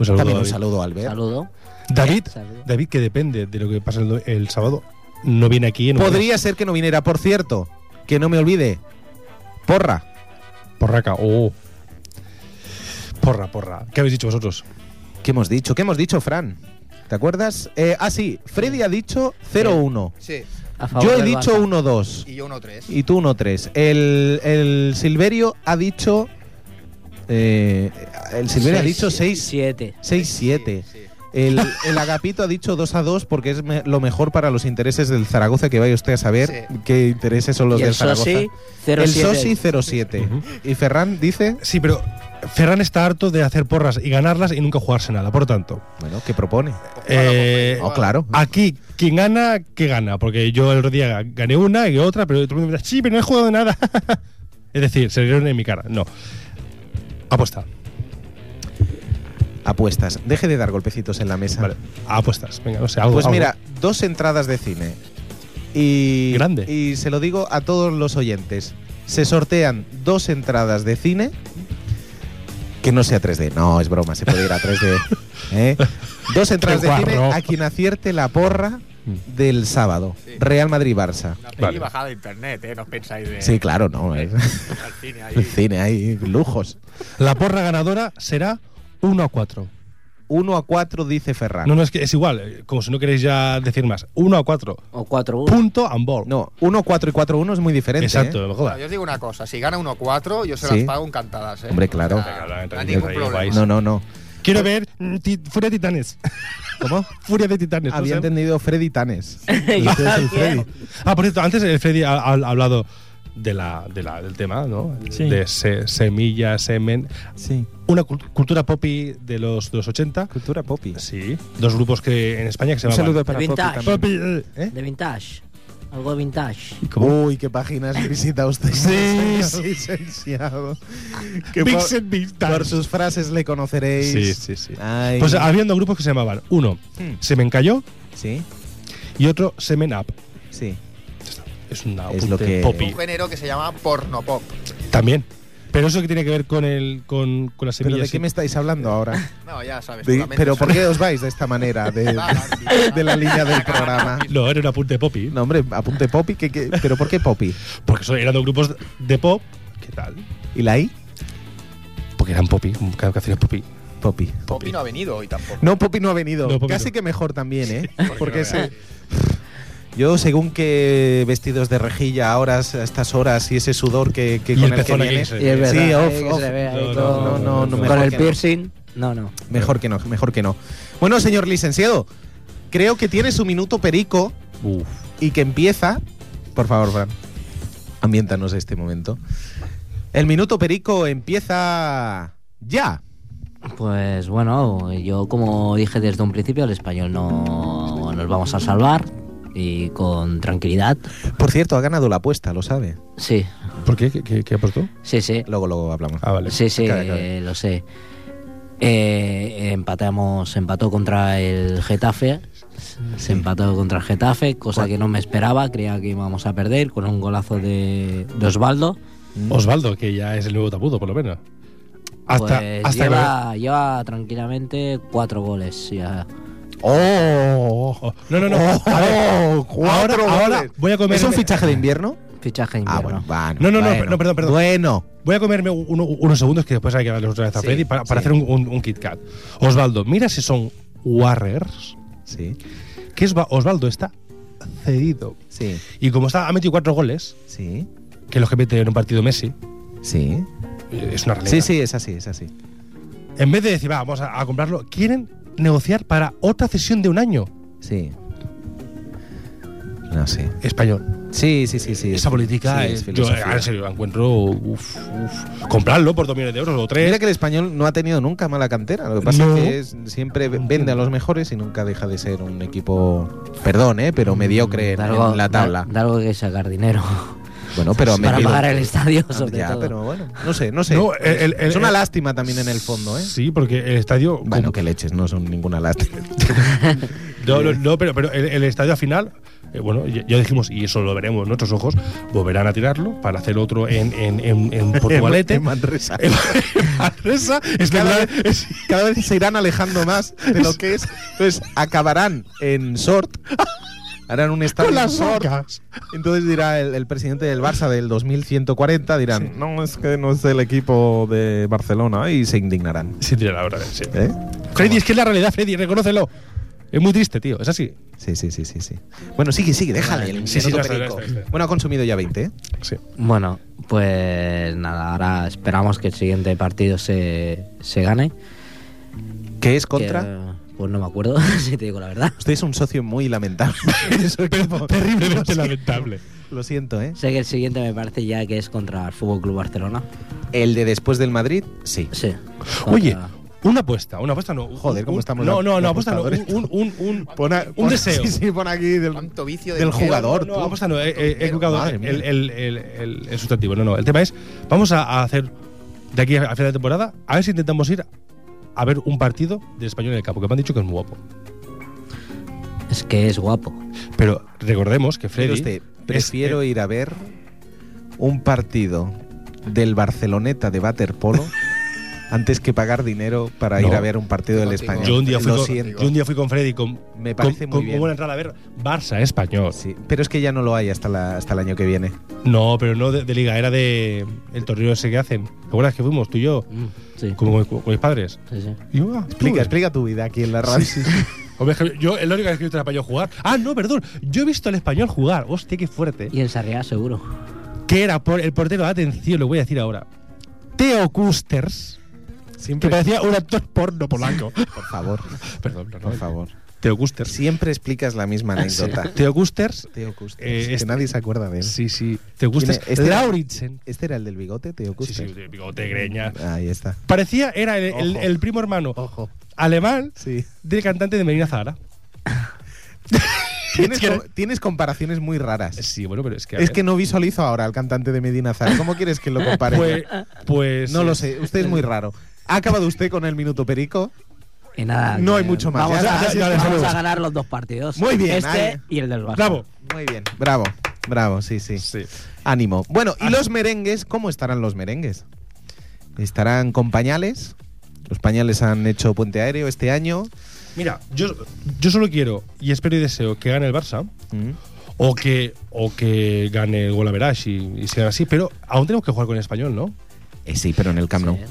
Speaker 8: Un saludo.
Speaker 1: También un
Speaker 8: David.
Speaker 1: saludo, Albert.
Speaker 2: Saludo.
Speaker 8: David,
Speaker 2: Saludo.
Speaker 8: David, que depende de lo que pase el, do- el sábado, no viene aquí. No
Speaker 1: Podría ser que no viniera, por cierto, que no me olvide. Porra.
Speaker 8: Porraca. Oh. Porra, porra. ¿Qué habéis dicho vosotros?
Speaker 1: ¿Qué hemos dicho? ¿Qué hemos dicho, Fran? ¿Te acuerdas? Eh, ah, sí, Freddy ha dicho 0-1.
Speaker 3: Sí,
Speaker 2: A favor
Speaker 1: Yo he
Speaker 2: del
Speaker 1: dicho
Speaker 2: Barça.
Speaker 1: 1-2
Speaker 3: y yo uno tres.
Speaker 1: y tú 1-3. El, el Silverio ha dicho. eh, el Silverio ha
Speaker 2: Seis,
Speaker 1: dicho 6-7.
Speaker 2: siete.
Speaker 3: Sí, sí.
Speaker 1: El, el Agapito ha dicho 2 a 2 porque es me- lo mejor para los intereses del Zaragoza, que vaya usted a saber
Speaker 3: Sí.
Speaker 1: qué intereses son los
Speaker 2: y
Speaker 1: del
Speaker 2: el
Speaker 1: Zaragoza.
Speaker 2: Sosi, 07.
Speaker 1: el Sosi 0-7.
Speaker 8: Ujú.
Speaker 1: Y Ferran dice,
Speaker 8: Sí, pero Ferran está harto de hacer porras y ganarlas y nunca jugarse nada. Por tanto,
Speaker 1: bueno, ¿qué propone?
Speaker 8: eh,
Speaker 1: Oh, claro.
Speaker 8: aquí quien gana, que gana. Porque yo el otro día gané una y otra, pero todo el mundo me dice, sí, pero no he jugado nada. es decir, se rieron en mi cara. No. Apuesta.
Speaker 1: Apuestas. Deje de dar golpecitos en la mesa.
Speaker 8: Vale. Apuestas. Venga, no sé. Algo,
Speaker 1: Ah. Pues
Speaker 8: algo.
Speaker 1: mira, dos entradas de cine. Y,
Speaker 8: Grande.
Speaker 1: y se lo digo a todos los oyentes. Se sortean dos entradas de cine que no sea 3D. No, es broma, se puede ir a 3D. ¿eh? Dos entradas
Speaker 8: Qué
Speaker 1: de cine
Speaker 8: guarro.
Speaker 1: a quien acierte la porra del sábado. Real Madrid-Barça.
Speaker 3: Una peli
Speaker 8: Vale.
Speaker 3: bajada de internet, ¿eh? No os pensáis de...
Speaker 1: Sí, claro, no. es-
Speaker 3: Al cine ahí.
Speaker 1: el cine, hay lujos.
Speaker 8: La porra ganadora será 1 a 4.
Speaker 1: 1 a 4 dice Ferran.
Speaker 8: No,
Speaker 1: No,
Speaker 8: no, es que es igual, eh, como si no queréis ya decir más. 1 a 4.
Speaker 2: O 4-1.
Speaker 8: Punto and ball.
Speaker 1: 1, 4 y 4, 1 es muy diferente.
Speaker 8: Exacto,
Speaker 1: ¿eh?
Speaker 8: no
Speaker 3: Bueno,
Speaker 8: jodas.
Speaker 3: yo os digo una cosa, si gana 1-4, yo se
Speaker 1: Sí.
Speaker 3: las pago encantadas, ¿eh?
Speaker 1: Hombre, claro.
Speaker 3: O sea, no hay
Speaker 8: Tranquilo,
Speaker 3: ningún
Speaker 8: tranquilo,
Speaker 3: problema.
Speaker 8: vais.
Speaker 1: No, no, no.
Speaker 8: Quiero ver mm, ti- Furia de Titanes.
Speaker 1: ¿Cómo?
Speaker 8: Furia de Titanes. no
Speaker 1: Había
Speaker 8: sé.
Speaker 1: entendido Freddy Tanes.
Speaker 8: Ah, por cierto, antes el Freddy ha, ha- ha hablado de la, de la- del tema, ¿no?
Speaker 4: Sí.
Speaker 8: De se- semilla, semen.
Speaker 4: Sí,
Speaker 8: Una cul- cultura poppy de los, de los 80.
Speaker 4: cultura popi.
Speaker 8: Sí. Dos grupos que en España que se
Speaker 4: Un
Speaker 8: llamaban.
Speaker 4: saludo para Poppy
Speaker 2: Vintage.
Speaker 4: también.
Speaker 8: Poppy, eh, ¿eh?
Speaker 2: De vintage. Algo de vintage.
Speaker 1: Uy, qué páginas visita usted.
Speaker 8: Sí,
Speaker 1: licenciado. Que por,
Speaker 8: Pixel Vintage.
Speaker 1: por sus frases le conoceréis.
Speaker 8: Sí, sí, sí.
Speaker 1: Ay.
Speaker 8: Pues habiendo grupos que se llamaban uno Semen Cayó
Speaker 1: sí,
Speaker 8: y otro Semen Up.
Speaker 1: sí.
Speaker 8: Es una
Speaker 1: Es
Speaker 8: apunte
Speaker 1: lo que-
Speaker 8: poppy
Speaker 3: Un género que se llama porno pop.
Speaker 8: también. Pero eso que tiene que ver con el con, con las
Speaker 1: ¿Pero
Speaker 8: semillas.
Speaker 1: de qué me estáis hablando ahora?
Speaker 3: No, ya sabes.
Speaker 1: De-
Speaker 3: solamente
Speaker 1: ¿Pero por
Speaker 3: eso.
Speaker 1: qué os vais de esta manera de,
Speaker 8: Ah,
Speaker 1: de la línea del programa?
Speaker 8: No, era un apunte poppy.
Speaker 1: No, hombre, apunte Poppy. que- que- ¿Pero por qué Poppy?
Speaker 8: Porque eso eran dos grupos de pop. ¿Qué tal?
Speaker 1: ¿Y la I?
Speaker 8: Porque eran poppy, como ca- canciones poppy.
Speaker 1: Poppy.
Speaker 3: Poppy no ha venido hoy tampoco.
Speaker 1: No, Poppy no ha venido.
Speaker 8: No, Poppy
Speaker 1: Casi
Speaker 8: no.
Speaker 1: que mejor también, ¿eh?
Speaker 3: porque
Speaker 1: Porque
Speaker 3: no
Speaker 1: ese- Yo, según que vestidos de rejilla ahora, a estas horas y ese sudor que, que
Speaker 8: Y
Speaker 1: con
Speaker 8: el
Speaker 1: el, que
Speaker 8: pezón aquí
Speaker 1: viene.
Speaker 8: se-
Speaker 2: Y es verdad.
Speaker 1: Sí, off,
Speaker 2: eh, que
Speaker 1: off.
Speaker 2: se ve ahí
Speaker 8: No, no,
Speaker 2: todo-
Speaker 1: no, no, no,
Speaker 2: Con
Speaker 1: mejor
Speaker 2: el
Speaker 1: que no.
Speaker 2: piercing. No, no.
Speaker 1: Mejor que no, mejor que no. Bueno, señor licenciado, creo que tiene su minuto perico
Speaker 8: Uf.
Speaker 1: y que empieza. Por favor, Fran, ambiéntanos este momento. El minuto perico empieza ya.
Speaker 2: Pues bueno, yo como dije desde un principio, el español no nos vamos a salvar y con tranquilidad.
Speaker 1: Por cierto, ha ganado la apuesta, lo sabe.
Speaker 2: Sí,
Speaker 8: ¿Por qué? ¿Qué, qué, qué aportó?
Speaker 2: sí, sí.
Speaker 1: Luego, luego hablamos.
Speaker 8: Ah, vale.
Speaker 2: Sí, sí,
Speaker 8: Cada- cada-
Speaker 2: eh, lo sé. Eh, empatamos, se empató contra el Getafe. Se empató contra el Getafe, cosa que no me esperaba, creía que íbamos a perder con un golazo de, de Osvaldo.
Speaker 8: Mm. Osvaldo, que ya es el nuevo tapudo, por lo menos. Hasta,
Speaker 2: Pues
Speaker 8: hasta que lo-
Speaker 2: lleva, lleva tranquilamente cuatro goles. Ya.
Speaker 1: ¡Oh!
Speaker 8: No, no, no.
Speaker 1: Oh,
Speaker 8: A ver,
Speaker 1: cuatro
Speaker 8: ahora, ahora
Speaker 1: goles.
Speaker 8: voy a comer.
Speaker 1: ¿Es un fichaje de invierno?
Speaker 2: Fichaje de
Speaker 1: Ah, bueno,
Speaker 2: invierno.
Speaker 1: bueno,
Speaker 8: No, no, no,
Speaker 1: bueno.
Speaker 8: per- no, perdón, perdón.
Speaker 1: Bueno,
Speaker 8: Voy a comerme uno- unos segundos que después hay que darles otra vez a
Speaker 1: Sí,
Speaker 8: Freddy para, para
Speaker 1: sí.
Speaker 8: hacer un, un- un Kit Kat. Osvaldo, mira si son Warriors,
Speaker 1: sí,
Speaker 8: que Osva- Osvaldo está cedido.
Speaker 1: sí,
Speaker 8: Y como está, ha metido cuatro goles,
Speaker 1: sí,
Speaker 8: que los que mete en un partido Messi,
Speaker 1: sí.
Speaker 8: eh, es una realidad.
Speaker 1: Sí, sí, es así, es así.
Speaker 8: En vez de decir, "Va, vamos a, a comprarlo, quieren negociar para otra cesión de un año.
Speaker 1: Sí. No sé.
Speaker 8: Español.
Speaker 1: Sí, sí, sí, sí.
Speaker 8: Esa política,
Speaker 1: Sí,
Speaker 8: eh,
Speaker 1: es
Speaker 8: yo
Speaker 1: filosofía.
Speaker 8: eh, en serio la encuentro. uf, uf. Comprarlo por dos millones de euros o tres.
Speaker 1: Mira que el español no ha tenido nunca mala cantera. Lo que pasa
Speaker 8: No.
Speaker 1: es que es- siempre vende a los mejores y nunca deja de ser un equipo, perdón, ¿eh? pero mediocre en,
Speaker 2: De Mm, algo-
Speaker 1: en la tabla.
Speaker 2: de- de algo que sacar dinero.
Speaker 1: bueno, pero ha
Speaker 2: para
Speaker 1: metido-
Speaker 2: pagar el estadio, sobre
Speaker 1: Ya,
Speaker 2: todo.
Speaker 1: pero bueno, no sé, no sé.
Speaker 8: No, el- el-
Speaker 1: es
Speaker 8: el-
Speaker 1: una
Speaker 8: el-
Speaker 1: lástima también en el fondo, ¿eh?
Speaker 8: Sí, porque el estadio.
Speaker 1: Bueno,
Speaker 8: como-
Speaker 1: que leches, no son ninguna lástima.
Speaker 8: No, no, no, pero, pero el, el estadio al final, eh, bueno, ya, ya dijimos, y eso lo veremos en nuestros ojos, volverán a tirarlo para hacer otro en, en, en, en Portugalete.
Speaker 1: En Manresa.
Speaker 8: En Manresa. Es que
Speaker 1: Cada
Speaker 8: la- es-
Speaker 1: Cada vez se irán alejando más de lo que es. Entonces, acabarán en Sort. Harán un estadio
Speaker 8: con
Speaker 1: en
Speaker 8: las
Speaker 1: Sort.
Speaker 8: socas.
Speaker 1: Entonces dirá el, el presidente del Barça del 2140, dirán, no,
Speaker 4: No, es que no es el equipo de Barcelona y
Speaker 1: y se indignarán.
Speaker 8: Sí, tira la verdad, sí.
Speaker 1: ¿Eh?
Speaker 8: Freddy, es que es la realidad, Freddy, reconócelo. Es muy triste, tío, es así.
Speaker 1: Sí, sí, sí, sí, sí. Bueno, sigue, sigue, déjale. el
Speaker 8: Sí, sí,
Speaker 1: minuto
Speaker 8: ya está, ya
Speaker 1: perico.
Speaker 8: está, ya está.
Speaker 1: Bueno, ha consumido ya 20, ¿eh?
Speaker 8: Sí.
Speaker 2: Bueno, pues nada, ahora esperamos que el siguiente partido se, se gane.
Speaker 1: Que es contra...
Speaker 2: Que, pues no me acuerdo, si te digo la verdad.
Speaker 1: Usted es un socio muy lamentable. de su equipo. ¿eh?
Speaker 8: Terriblemente lamentable.
Speaker 1: Lo siento, ¿eh?
Speaker 2: Sé que el siguiente me parece ya que es contra el Fútbol Club Barcelona.
Speaker 1: El de después del Madrid, sí.
Speaker 2: Sí. contra-
Speaker 8: Oye, una apuesta, una apuesta no.
Speaker 1: Joder,
Speaker 8: un-
Speaker 1: cómo
Speaker 8: un-
Speaker 1: estamos
Speaker 8: No,
Speaker 1: los-
Speaker 8: no, no,
Speaker 1: los
Speaker 8: apuesta no. Un,
Speaker 1: apostadores.
Speaker 8: un, un, un,
Speaker 1: Pon a- pon-
Speaker 8: deseo.
Speaker 1: Sí, sí, pon aquí del,
Speaker 3: Tanto vicio de
Speaker 1: del
Speaker 3: dinero,
Speaker 1: jugador.
Speaker 8: No,
Speaker 1: tú.
Speaker 8: apuesta no, eh, eh, he equivocado
Speaker 1: Madre
Speaker 8: el,
Speaker 1: mía.
Speaker 8: el, el- el- el sustantivo. No, no. El tema es, vamos a, a hacer de aquí a, a final de temporada, a ver si intentamos ir a ver un partido de español en el campo, que me han dicho que es muy guapo.
Speaker 2: Es que es guapo.
Speaker 8: Pero recordemos que Freddy. eh,
Speaker 1: Mire usted, este prefiero ir a ver un partido del Barceloneta de waterpolo antes que pagar dinero para
Speaker 8: No.
Speaker 1: ir a ver un partido del
Speaker 3: Contigo.
Speaker 1: español.
Speaker 8: Yo un día fui,
Speaker 1: Lo
Speaker 8: con,
Speaker 1: siento.
Speaker 8: yo un día fui con Freddy con,
Speaker 1: Me
Speaker 8: con,
Speaker 1: parece muy
Speaker 8: con- con
Speaker 1: bien.
Speaker 8: una entrada a ver Barça español.
Speaker 1: Sí, pero es que ya no lo hay hasta, la- hasta el año que viene.
Speaker 8: No, pero no de, de liga, era de el torneo ese que hacen. ¿Te acuerdas que fuimos tú y yo?
Speaker 2: Mm, Sí,
Speaker 8: Como con, con mis padres.
Speaker 2: sí, sí.
Speaker 8: Y yo, ah, tú,
Speaker 1: Explica, explica tu vida aquí en la radio.
Speaker 8: Hombre, es que yo, es la única vez que he visto al español jugar. Ah, no, perdón. Yo he visto al español jugar. Hostia, qué fuerte.
Speaker 2: Y en Sarriá seguro.
Speaker 8: Que era por el portero, atención, lo voy a decir ahora. Theo Kusters. Que parecía un actor porno polaco.
Speaker 1: Por favor,
Speaker 8: perdón, perdón.
Speaker 1: por favor.
Speaker 8: Theo Kusters.
Speaker 1: Siempre explicas la misma anécdota.
Speaker 8: Theo Kusters.
Speaker 1: Teo Custos,
Speaker 8: Eh,
Speaker 1: que
Speaker 8: este-
Speaker 1: nadie se acuerda de él.
Speaker 8: Sí, sí. Theo Kusters.
Speaker 1: ¿Quién es? Este-
Speaker 8: Lauritsen.
Speaker 1: Este era el del bigote, Teo
Speaker 8: Sí,
Speaker 1: Custos.
Speaker 8: sí, de bigote, greña.
Speaker 1: Ahí está.
Speaker 8: Parecía, era el, el-
Speaker 1: Ojo.
Speaker 8: el primo hermano
Speaker 1: Ojo.
Speaker 8: alemán
Speaker 1: Sí.
Speaker 8: del cantante de Medina Zahara.
Speaker 1: Tienes,
Speaker 8: que-
Speaker 1: com- tienes comparaciones muy raras.
Speaker 8: Sí, bueno, pero es que. a
Speaker 1: Es
Speaker 8: ver.
Speaker 1: que no visualizo ahora al cantante de Medina Zara. ¿Cómo quieres que lo compare?
Speaker 8: Pues, pues,
Speaker 1: no
Speaker 8: eh,
Speaker 1: lo sé. Usted es muy raro. ¿Ha acabado usted con el minuto perico?
Speaker 2: Y nada.
Speaker 1: No
Speaker 2: que
Speaker 1: hay mucho más.
Speaker 2: Vamos,
Speaker 1: Ya
Speaker 2: a,
Speaker 1: está, ya
Speaker 2: vamos
Speaker 1: está.
Speaker 2: a ganar los dos partidos.
Speaker 1: Muy bien,
Speaker 2: Este
Speaker 1: ahí.
Speaker 2: y el del Barça.
Speaker 8: Bravo.
Speaker 1: Muy bien. Bravo. Bravo, sí, sí.
Speaker 8: Sí.
Speaker 1: Ánimo. Bueno,
Speaker 8: Ah.
Speaker 1: ¿y los merengues? ¿Cómo estarán los merengues? ¿Estarán con pañales? Los pañales han hecho puente aéreo este año.
Speaker 8: Mira, yo, yo solo quiero y espero y deseo que gane el Barça
Speaker 1: Mm.
Speaker 8: o que, o que gane el Golaverage y, y sea así, pero aún tenemos que jugar con el español, ¿no?
Speaker 1: Eh, sí, pero en el Camp Nou.
Speaker 2: Sí.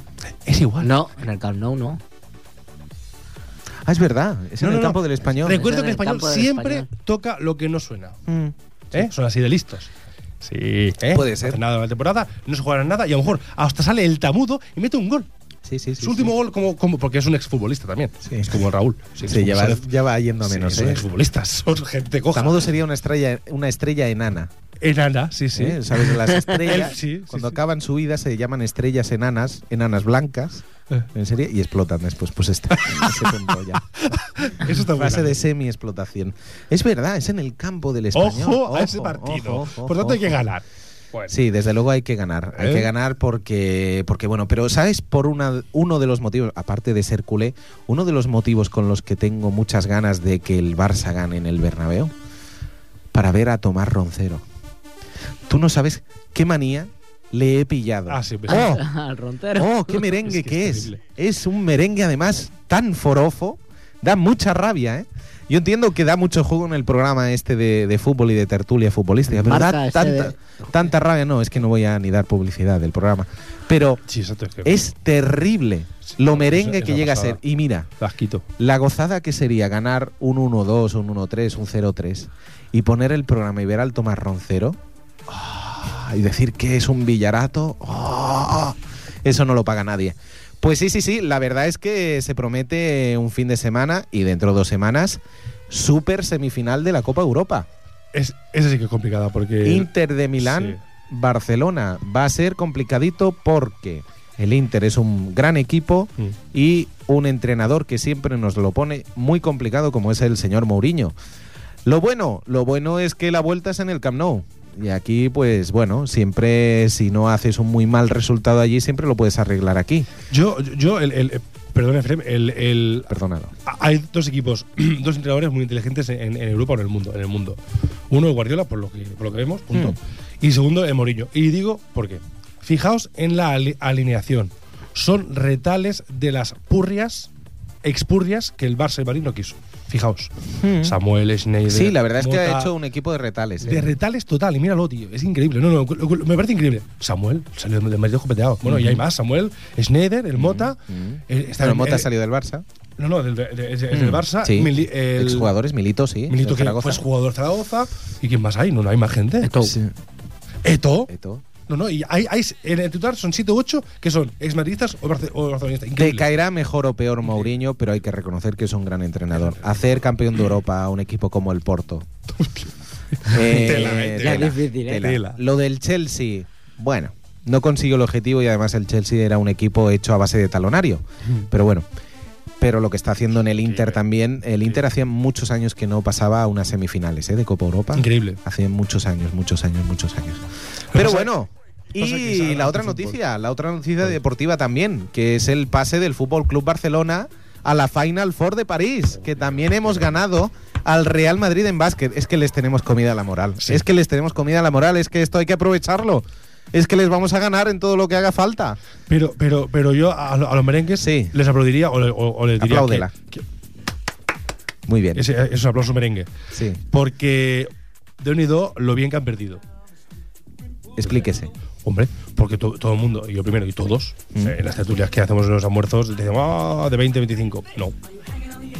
Speaker 8: Es igual.
Speaker 2: No, en el Camp Nou no.
Speaker 1: Ah, es verdad. Es
Speaker 8: No,
Speaker 1: en
Speaker 8: no,
Speaker 1: el
Speaker 8: no.
Speaker 1: campo del español.
Speaker 8: Recuerdo
Speaker 2: en
Speaker 8: que
Speaker 2: el
Speaker 8: el español
Speaker 2: campo del
Speaker 8: siempre
Speaker 2: Español.
Speaker 8: toca lo que no suena.
Speaker 1: Mm.
Speaker 8: ¿eh? Son así de listos. Sí, ¿eh?
Speaker 1: Puede ser.
Speaker 8: No hace nada de la temporada, no se jugarán nada y a lo mejor hasta sale el tamudo y mete un gol.
Speaker 1: Sí, sí, sí.
Speaker 8: Su último gol, como, como, porque es un exfutbolista también.
Speaker 1: Sí.
Speaker 8: Es como el Raúl. Sí,
Speaker 1: Sí,
Speaker 8: es como
Speaker 1: ya, va,
Speaker 8: ser-
Speaker 1: ya va yendo a
Speaker 8: sí,
Speaker 1: menos,
Speaker 8: son
Speaker 1: ¿eh?
Speaker 8: exfutbolistas, son gente coja.
Speaker 1: Tamudo sería una estrella, una estrella enana.
Speaker 8: Enana, sí, sí.
Speaker 1: ¿eh? ¿Sabes? Las estrellas,
Speaker 8: Él, sí, sí,
Speaker 1: cuando
Speaker 8: sí.
Speaker 1: acaban su vida, se llaman estrellas enanas, enanas blancas,
Speaker 8: Eh.
Speaker 1: en serie, y explotan después. Pues está. ese punto ya.
Speaker 8: Eso está muy
Speaker 1: Fase
Speaker 8: grande.
Speaker 1: de semi-explotación. Es verdad, es en el campo del español.
Speaker 8: Ojo, a ese
Speaker 1: ojo,
Speaker 8: partido.
Speaker 1: ojo, ojo,
Speaker 8: Por tanto, hay que
Speaker 1: ojo.
Speaker 8: ganar. Bueno,
Speaker 1: Sí, desde luego hay que ganar. Hay
Speaker 8: ¿Eh?
Speaker 1: que ganar porque, porque bueno, pero ¿sabes? Por una, uno de los motivos, aparte de ser culé, uno de los motivos con los que tengo muchas ganas de que el Barça gane en el Bernabéu, para ver a Tomás Roncero. Tú no sabes qué manía le he pillado.
Speaker 8: Ah, sí, pues-
Speaker 1: ¡Oh!
Speaker 2: Al Rontero.
Speaker 1: ¡Oh, qué merengue
Speaker 8: Es que
Speaker 1: que
Speaker 8: es
Speaker 1: es!
Speaker 8: terrible.
Speaker 1: Es un merengue además tan forofo, da mucha rabia, ¿eh? Yo entiendo que da mucho juego en el programa este de, de fútbol y de tertulia futbolística, pero
Speaker 2: Marca
Speaker 1: da
Speaker 2: este
Speaker 1: tanta,
Speaker 2: de-
Speaker 1: tanta rabia, no, es que no voy a ni dar publicidad del programa, pero
Speaker 8: sí, exacto. Es, que
Speaker 1: es terrible
Speaker 8: Sí,
Speaker 1: lo
Speaker 8: es-
Speaker 1: merengue
Speaker 8: es
Speaker 1: que
Speaker 8: una
Speaker 1: llega a
Speaker 8: pasada.
Speaker 1: ser. Y mira,
Speaker 8: las quito.
Speaker 1: la gozada que sería ganar un 1-2, un 1-3, un 0-3 y poner el programa y ver al Tomás Roncero ah, y decir que es un villarato, ah, eso no lo paga nadie. Pues sí, sí, sí, la verdad es que se promete un fin de semana y dentro de dos semanas, super semifinal de la Copa Europa.
Speaker 8: Es, esa sí que es complicada porque.
Speaker 1: Inter de Milán, Barcelona. Va a ser complicadito porque el Inter es un gran equipo
Speaker 8: Mm.
Speaker 1: y un entrenador que siempre nos lo pone muy complicado como es el señor Mourinho. Lo bueno, lo bueno es que la vuelta es en el Camp Nou. Y aquí, pues bueno, siempre si no haces un muy mal resultado allí, siempre lo puedes arreglar aquí.
Speaker 8: Yo, yo, el. el perdón, Efrem, el. el
Speaker 1: Perdónalo.
Speaker 8: a- Ah, hay dos equipos, dos entrenadores muy inteligentes en, en Europa o en el mundo. En el mundo. Uno es Guardiola, por lo que, por lo que vemos, punto.
Speaker 1: Mm.
Speaker 8: Y segundo es Mourinho. Y digo, ¿por qué? Fijaos en la ali- alineación. Son retales de las purrias, expurrias que el Barça y Madrid no quiso. Fijaos. Samuel,
Speaker 1: Hmm.
Speaker 8: Schneider.
Speaker 1: Sí, la verdad es que ha
Speaker 8: Mota,
Speaker 1: hecho un equipo de retales. ¿eh?
Speaker 8: De retales total, y míralo, tío, es increíble. No, no, lo- lo- me parece increíble. Samuel salió del Madrid copeteado. Bueno, y hay más: Samuel, Schneider, el Mota.
Speaker 1: Mm.
Speaker 8: eh, está
Speaker 1: Hmm. Bueno,
Speaker 8: en-
Speaker 1: Mota
Speaker 8: eh,
Speaker 1: ha salido del Barça.
Speaker 8: No, no, del, de- de- es del
Speaker 1: Mm.
Speaker 8: Barça.
Speaker 1: Sí.
Speaker 8: Mili- el-
Speaker 1: Exjugadores, Milito, sí.
Speaker 8: Milito,
Speaker 1: del
Speaker 8: que
Speaker 1: Zaragoza.
Speaker 8: fue jugador Zaragoza. ¿Y quién más hay? No, no hay más gente. Eto.
Speaker 1: Sí. Eto'o.
Speaker 8: No, no, y hay, hay- en el titular son 7 o 8 que son exmadridistas o barce- o barcelonistas.
Speaker 1: Te
Speaker 8: Increíble.
Speaker 1: caerá mejor o peor Mourinho, pero hay que reconocer que es un gran entrenador. Hacer campeón de Europa a un equipo como el Porto. Eh,
Speaker 8: Tela, eh,
Speaker 2: tela. Es difícil, eh.
Speaker 8: Tela.
Speaker 1: Lo del Chelsea, bueno, no consiguió el objetivo y además el Chelsea era un equipo hecho a base de talonario. Pero bueno, pero lo que está haciendo en el Inter también, el Inter hacía muchos años que no pasaba a unas semifinales ¿eh? de Copa Europa.
Speaker 8: Increíble.
Speaker 1: Hace muchos años, muchos años, muchos años. Pero,
Speaker 8: pasa-
Speaker 1: bueno.
Speaker 8: pasa que se
Speaker 1: Y
Speaker 8: habla
Speaker 1: la
Speaker 8: de
Speaker 1: otra
Speaker 8: fútbol.
Speaker 1: noticia, la otra noticia deportiva también, que es el pase del Fútbol Club Barcelona a la Final Four de París, que también hemos ganado al Real Madrid en básquet. Es que les tenemos comida a la moral.
Speaker 8: Sí.
Speaker 1: Es que les tenemos comida a la moral, es que esto hay que aprovecharlo. es que les vamos a ganar en todo lo que haga falta.
Speaker 8: Pero, pero, pero yo a, lo- a los merengues
Speaker 1: Sí.
Speaker 8: les aplaudiría o, le- o- o les diría
Speaker 1: Apláudela.
Speaker 8: que, que
Speaker 1: Muy bien.
Speaker 8: ese, esos aplausos merengue.
Speaker 1: Sí,
Speaker 8: Porque de unido lo bien que han perdido.
Speaker 1: explíquese.
Speaker 8: Hombre, porque to- todo el mundo, y yo primero, y todos,
Speaker 1: Mm.
Speaker 8: en las tertulias que hacemos en los almuerzos, decimos, ah, de 20, 25. No.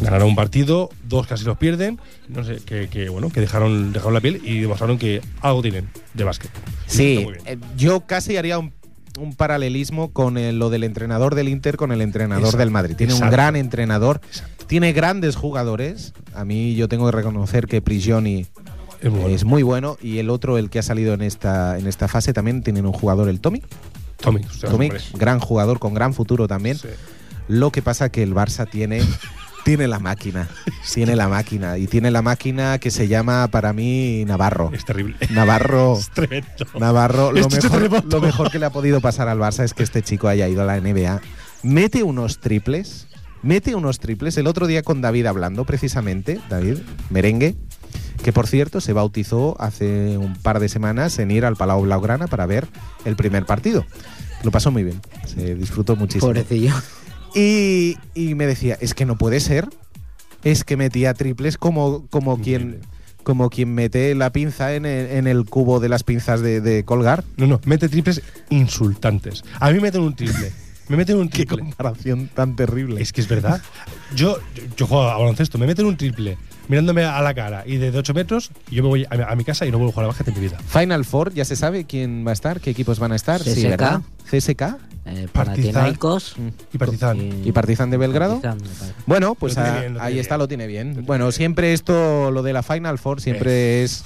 Speaker 8: Ganaron un partido, dos casi los pierden, no sé, que, que, bueno, que dejaron, dejaron la piel y demostraron que algo tienen de básquet. Y está
Speaker 1: Sí,
Speaker 8: muy bien.
Speaker 1: eh, yo casi haría un, un paralelismo con el- lo del entrenador del Inter con el entrenador
Speaker 8: Exacto,
Speaker 1: del Madrid. Tiene un
Speaker 8: exacto.
Speaker 1: gran entrenador,
Speaker 8: Exacto.
Speaker 1: tiene grandes jugadores. A mí yo tengo que reconocer que Prigioni
Speaker 8: Es muy bueno.
Speaker 1: es muy bueno y el otro, el que ha salido en esta, en esta fase, también tienen un jugador, el Tomic.
Speaker 8: Tommy, hostia,
Speaker 1: Tomic,
Speaker 8: hombre.
Speaker 1: gran jugador con gran futuro también.
Speaker 8: Sí.
Speaker 1: Lo que pasa que el Barça tiene tiene la máquina, tiene la máquina y tiene la máquina que se llama para mí Navarro.
Speaker 8: Es terrible.
Speaker 1: Navarro
Speaker 8: Es tremendo.
Speaker 1: Navarro, lo
Speaker 8: Esto es
Speaker 1: mejor,
Speaker 8: terremoto.
Speaker 1: lo mejor que le ha podido pasar al Barça es que este chico haya ido a la NBA. Mete unos triples, mete unos triples. El otro día con David hablando, precisamente, David Merengue, que por cierto se bautizó hace un par de semanas en ir al Palau Blaugrana para ver el primer partido. Lo pasó muy bien, se disfrutó muchísimo.
Speaker 2: Pobrecillo.
Speaker 1: Y, y me decía, es que no puede ser. Es que metía triples como, como quien como quien mete la pinza en el, en el cubo de las pinzas de, de colgar.
Speaker 8: No, no, mete triples insultantes. A mí me meten un triple. Me meten un
Speaker 1: Qué
Speaker 8: triple.
Speaker 1: comparación tan terrible.
Speaker 8: Es que es verdad. Yo, yo, yo juego a baloncesto, me meten un triple mirándome a la cara y desde 8 metros yo me voy a, mi- a mi casa y no vuelvo a jugar a básquet en mi vida.
Speaker 1: Final Four, ya se sabe quién va a estar, qué equipos van a estar. Sí,
Speaker 2: CSKA.
Speaker 1: ¿verdad? CSK
Speaker 2: Eh,
Speaker 8: Partizan.
Speaker 2: Panathinaikos
Speaker 8: Y Partizan.
Speaker 1: y Partizan de Belgrado.
Speaker 2: Mm. Partizan, me parece.
Speaker 1: Bueno, pues
Speaker 8: Lo tiene
Speaker 1: ah,
Speaker 8: bien, lo
Speaker 1: ahí
Speaker 8: tiene
Speaker 1: está,
Speaker 8: bien.
Speaker 1: lo tiene bien. bueno, siempre esto, lo de la Final Four, siempre es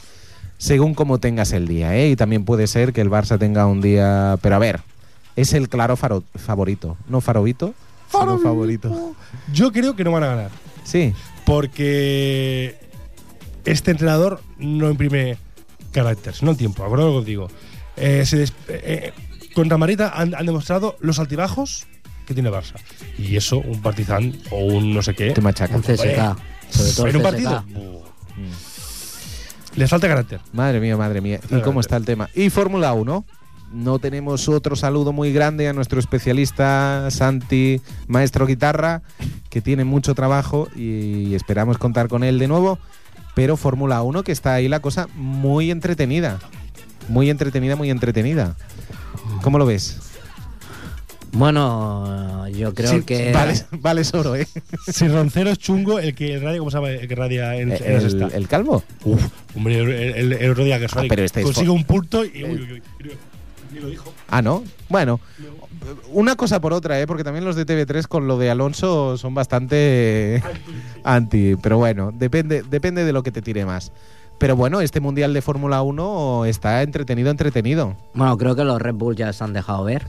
Speaker 1: según cómo tengas el día, ¿eh? Y también puede ser que el Barça tenga un día. Pero a ver, es el claro faro- favorito, no farovito, sino favorito.
Speaker 8: Yo creo que no van a ganar.
Speaker 1: Sí,
Speaker 8: Porque este entrenador no imprime caracteres, no el tiempo, acuerdo lo que os digo. Eh, se des- eh, eh, contra Marita han, han demostrado los altibajos que tiene el Barça. Y eso, un Partizan o un no sé qué.
Speaker 1: te machaca.
Speaker 2: Un CSK. Sobre todo el
Speaker 8: en un
Speaker 2: CSK.
Speaker 8: partido. Le falta carácter.
Speaker 1: Madre mía, madre mía. ¿Y cómo está el tema? Y Fórmula 1. No tenemos otro saludo muy grande a nuestro especialista Santi, maestro guitarra, que tiene mucho trabajo y esperamos contar con él de nuevo. Pero Fórmula 1, que está ahí la cosa muy entretenida. Muy entretenida, muy entretenida. ¿Cómo lo ves?
Speaker 2: Bueno, yo creo
Speaker 1: Sí,
Speaker 2: que.
Speaker 1: Vale, vale oro, ¿eh?
Speaker 8: Si Roncero es chungo, el que el radio, ¿cómo se llama? El que radia en, en la
Speaker 1: eh, El,
Speaker 8: sexta.
Speaker 1: el calvo.
Speaker 8: Uf, hombre, el, el- el otro día que Suárez
Speaker 1: pero este es
Speaker 8: consigue
Speaker 1: fo-
Speaker 8: un punto y. Uy, uy, uy, ni lo dijo.
Speaker 1: Ah, ¿no? Bueno, una cosa por otra, ¿eh? Porque también los de TV3 con lo de Alonso son bastante eh, anti. Pero bueno, depende, depende de lo que te tire más. Pero bueno, este Mundial de Fórmula 1 está entretenido, entretenido.
Speaker 2: Bueno, creo que los Red Bull ya se han dejado ver.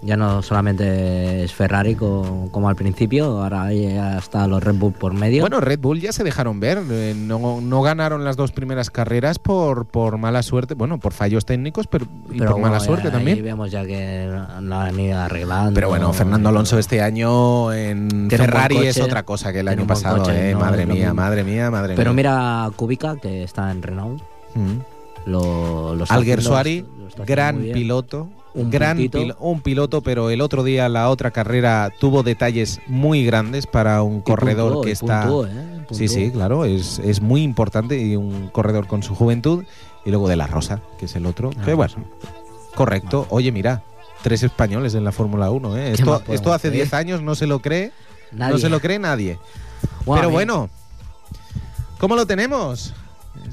Speaker 2: Ya no solamente es Ferrari co- como al principio, ahora ya están los Red Bull por medio.
Speaker 1: Bueno, Red Bull ya se dejaron ver. eh, no, no ganaron las dos primeras carreras por, por mala suerte. Bueno, por fallos técnicos pero, y por
Speaker 2: bueno,
Speaker 1: mala
Speaker 2: ya
Speaker 1: suerte
Speaker 2: ahí
Speaker 1: también.
Speaker 2: vemos ya que lo han ido arreglando.
Speaker 1: Pero bueno, Fernando Alonso este año en
Speaker 2: Tiene un buen
Speaker 1: Ferrari es
Speaker 2: coche,
Speaker 1: otra cosa que el
Speaker 2: tiene
Speaker 1: año
Speaker 2: un buen
Speaker 1: pasado,
Speaker 2: coche,
Speaker 1: ¿eh?
Speaker 2: no
Speaker 1: madre,
Speaker 2: es lo
Speaker 1: mía,
Speaker 2: mismo.
Speaker 1: madre mía, madre mía,
Speaker 2: Pero mira a Kubica, que está en Renault.
Speaker 1: Mm.
Speaker 2: Lo, lo está
Speaker 1: Alguer
Speaker 2: haciendo-
Speaker 1: Suari,
Speaker 2: lo está haciendo
Speaker 1: gran
Speaker 2: muy bien.
Speaker 1: piloto. Un
Speaker 2: Un
Speaker 1: gran
Speaker 2: puntito.
Speaker 1: pil- un piloto, pero el otro día la otra carrera tuvo detalles muy grandes para un
Speaker 2: Y
Speaker 1: corredor
Speaker 2: puntuó,
Speaker 1: que
Speaker 2: y
Speaker 1: está.
Speaker 2: puntuó, ¿eh?
Speaker 1: Sí,
Speaker 2: Puntuó.
Speaker 1: sí, claro, es, es muy importante y un corredor con su juventud. Y luego de la Rosa, que es el otro.
Speaker 2: Ah,
Speaker 1: que bueno,
Speaker 2: pues,
Speaker 1: correcto. Oye, mira, tres españoles en la Fórmula 1. ¿eh?
Speaker 2: más
Speaker 1: Esto,
Speaker 2: podemos
Speaker 1: esto hace
Speaker 2: pedir?
Speaker 1: 10 años no se lo cree,
Speaker 2: nadie.
Speaker 1: no se lo cree nadie.
Speaker 2: Bueno,
Speaker 1: Pero
Speaker 2: a mí-
Speaker 1: bueno, ¿cómo lo tenemos?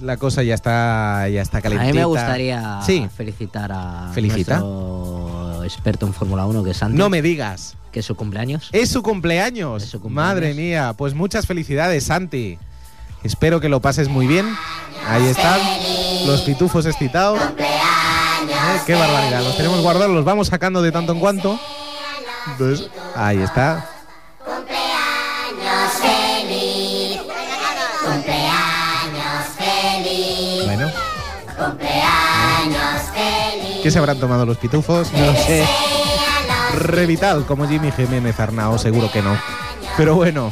Speaker 1: La cosa ya está, ya está
Speaker 2: A
Speaker 1: calentita.
Speaker 2: mí me gustaría
Speaker 1: Sí.
Speaker 2: felicitar a
Speaker 1: Felicita.
Speaker 2: nuestro experto en Fórmula 1, que es Santi,
Speaker 1: No me Eh, digas.
Speaker 2: que es su cumpleaños.
Speaker 1: Es su cumpleaños.
Speaker 2: Es su cumpleaños.
Speaker 1: Madre mía, pues muchas felicidades, Santi. Espero que lo pases muy bien. Ahí están los pitufos excitados. Eh, qué barbaridad, los tenemos guardados, los vamos sacando de tanto en cuanto. Entonces, ahí está. Cumpleaños feliz. Cumpleaños feliz. Bueno. Cumpleaños feliz. ¿Qué se habrán tomado los pitufos? No sé. Revital, como Jimmy Jiménez Arnao, seguro que no. Pero bueno,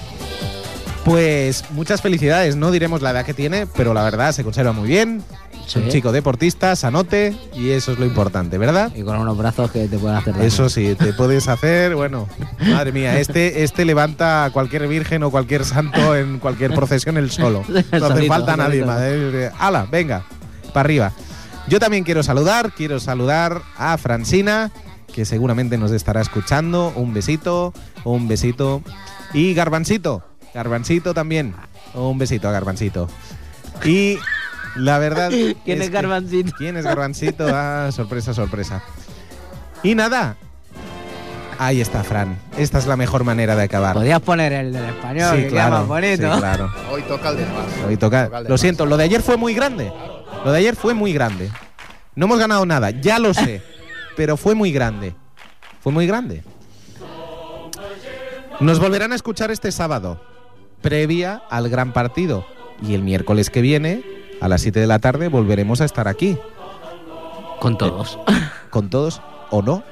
Speaker 1: pues muchas felicidades. No diremos la edad que tiene, pero la verdad se conserva muy bien. Es un
Speaker 2: Sí.
Speaker 1: chico deportista, sanote, y eso es lo importante, ¿verdad?
Speaker 2: Y con unos brazos que te pueden hacer daño.
Speaker 1: Eso sí, te puedes hacer, bueno, madre mía, este, este levanta a cualquier virgen o cualquier santo en cualquier procesión el solo. No hace
Speaker 2: Solito,
Speaker 1: falta nadie
Speaker 2: solito.
Speaker 1: más. eh. Ala, venga, para arriba. Yo también quiero saludar, quiero saludar a Francina, que seguramente nos estará escuchando. Un besito, un besito. Y Garbancito, Garbancito también. Un besito a Garbancito. Y la verdad.
Speaker 2: ¿Quién
Speaker 1: que-
Speaker 2: es Garbancito?
Speaker 1: ¿Quién es Garbancito? Ah, sorpresa, sorpresa. Y nada. Ahí está, Fran. Esta es la mejor manera de acabar.
Speaker 2: Podías poner el del español, que queda más bonito.
Speaker 1: sí, claro.
Speaker 3: Hoy toca el del Barça.
Speaker 1: Hoy toca-
Speaker 3: Toca el del
Speaker 1: Lo
Speaker 3: Barça.
Speaker 1: siento, lo de ayer fue muy grande. Lo de ayer fue muy grande. No hemos ganado nada, ya lo sé. pero fue muy grande. Fue muy grande. Nos volverán a escuchar este sábado, previa al gran partido. Y el miércoles que viene, a las 7 de la tarde, volveremos a estar aquí.
Speaker 2: Con todos.
Speaker 1: Con todos, o no.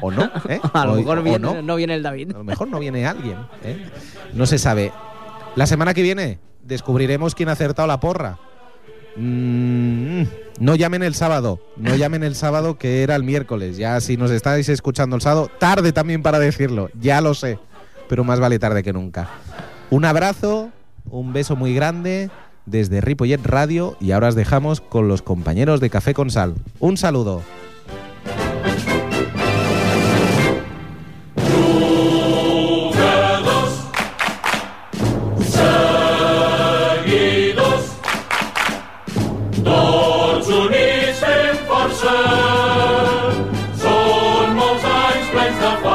Speaker 1: O no, ¿eh?
Speaker 2: A lo
Speaker 1: O-
Speaker 2: mejor
Speaker 1: o
Speaker 2: viene-
Speaker 1: no.
Speaker 2: no. viene el David.
Speaker 1: A lo mejor no viene alguien. ¿eh? No se sabe. La semana que viene descubriremos quién ha acertado la porra. Mm, no llamen el sábado. No llamen el sábado que era el miércoles. Ya si nos estáis escuchando el sábado, tarde también para decirlo. Ya lo sé. Pero más vale tarde que nunca. Un abrazo, un beso muy grande desde Ripollet Radio y ahora os dejamos con los compañeros de Café con Sal. Un saludo.
Speaker 6: Jugadors seguidors tots units fent força són molts anys plens de força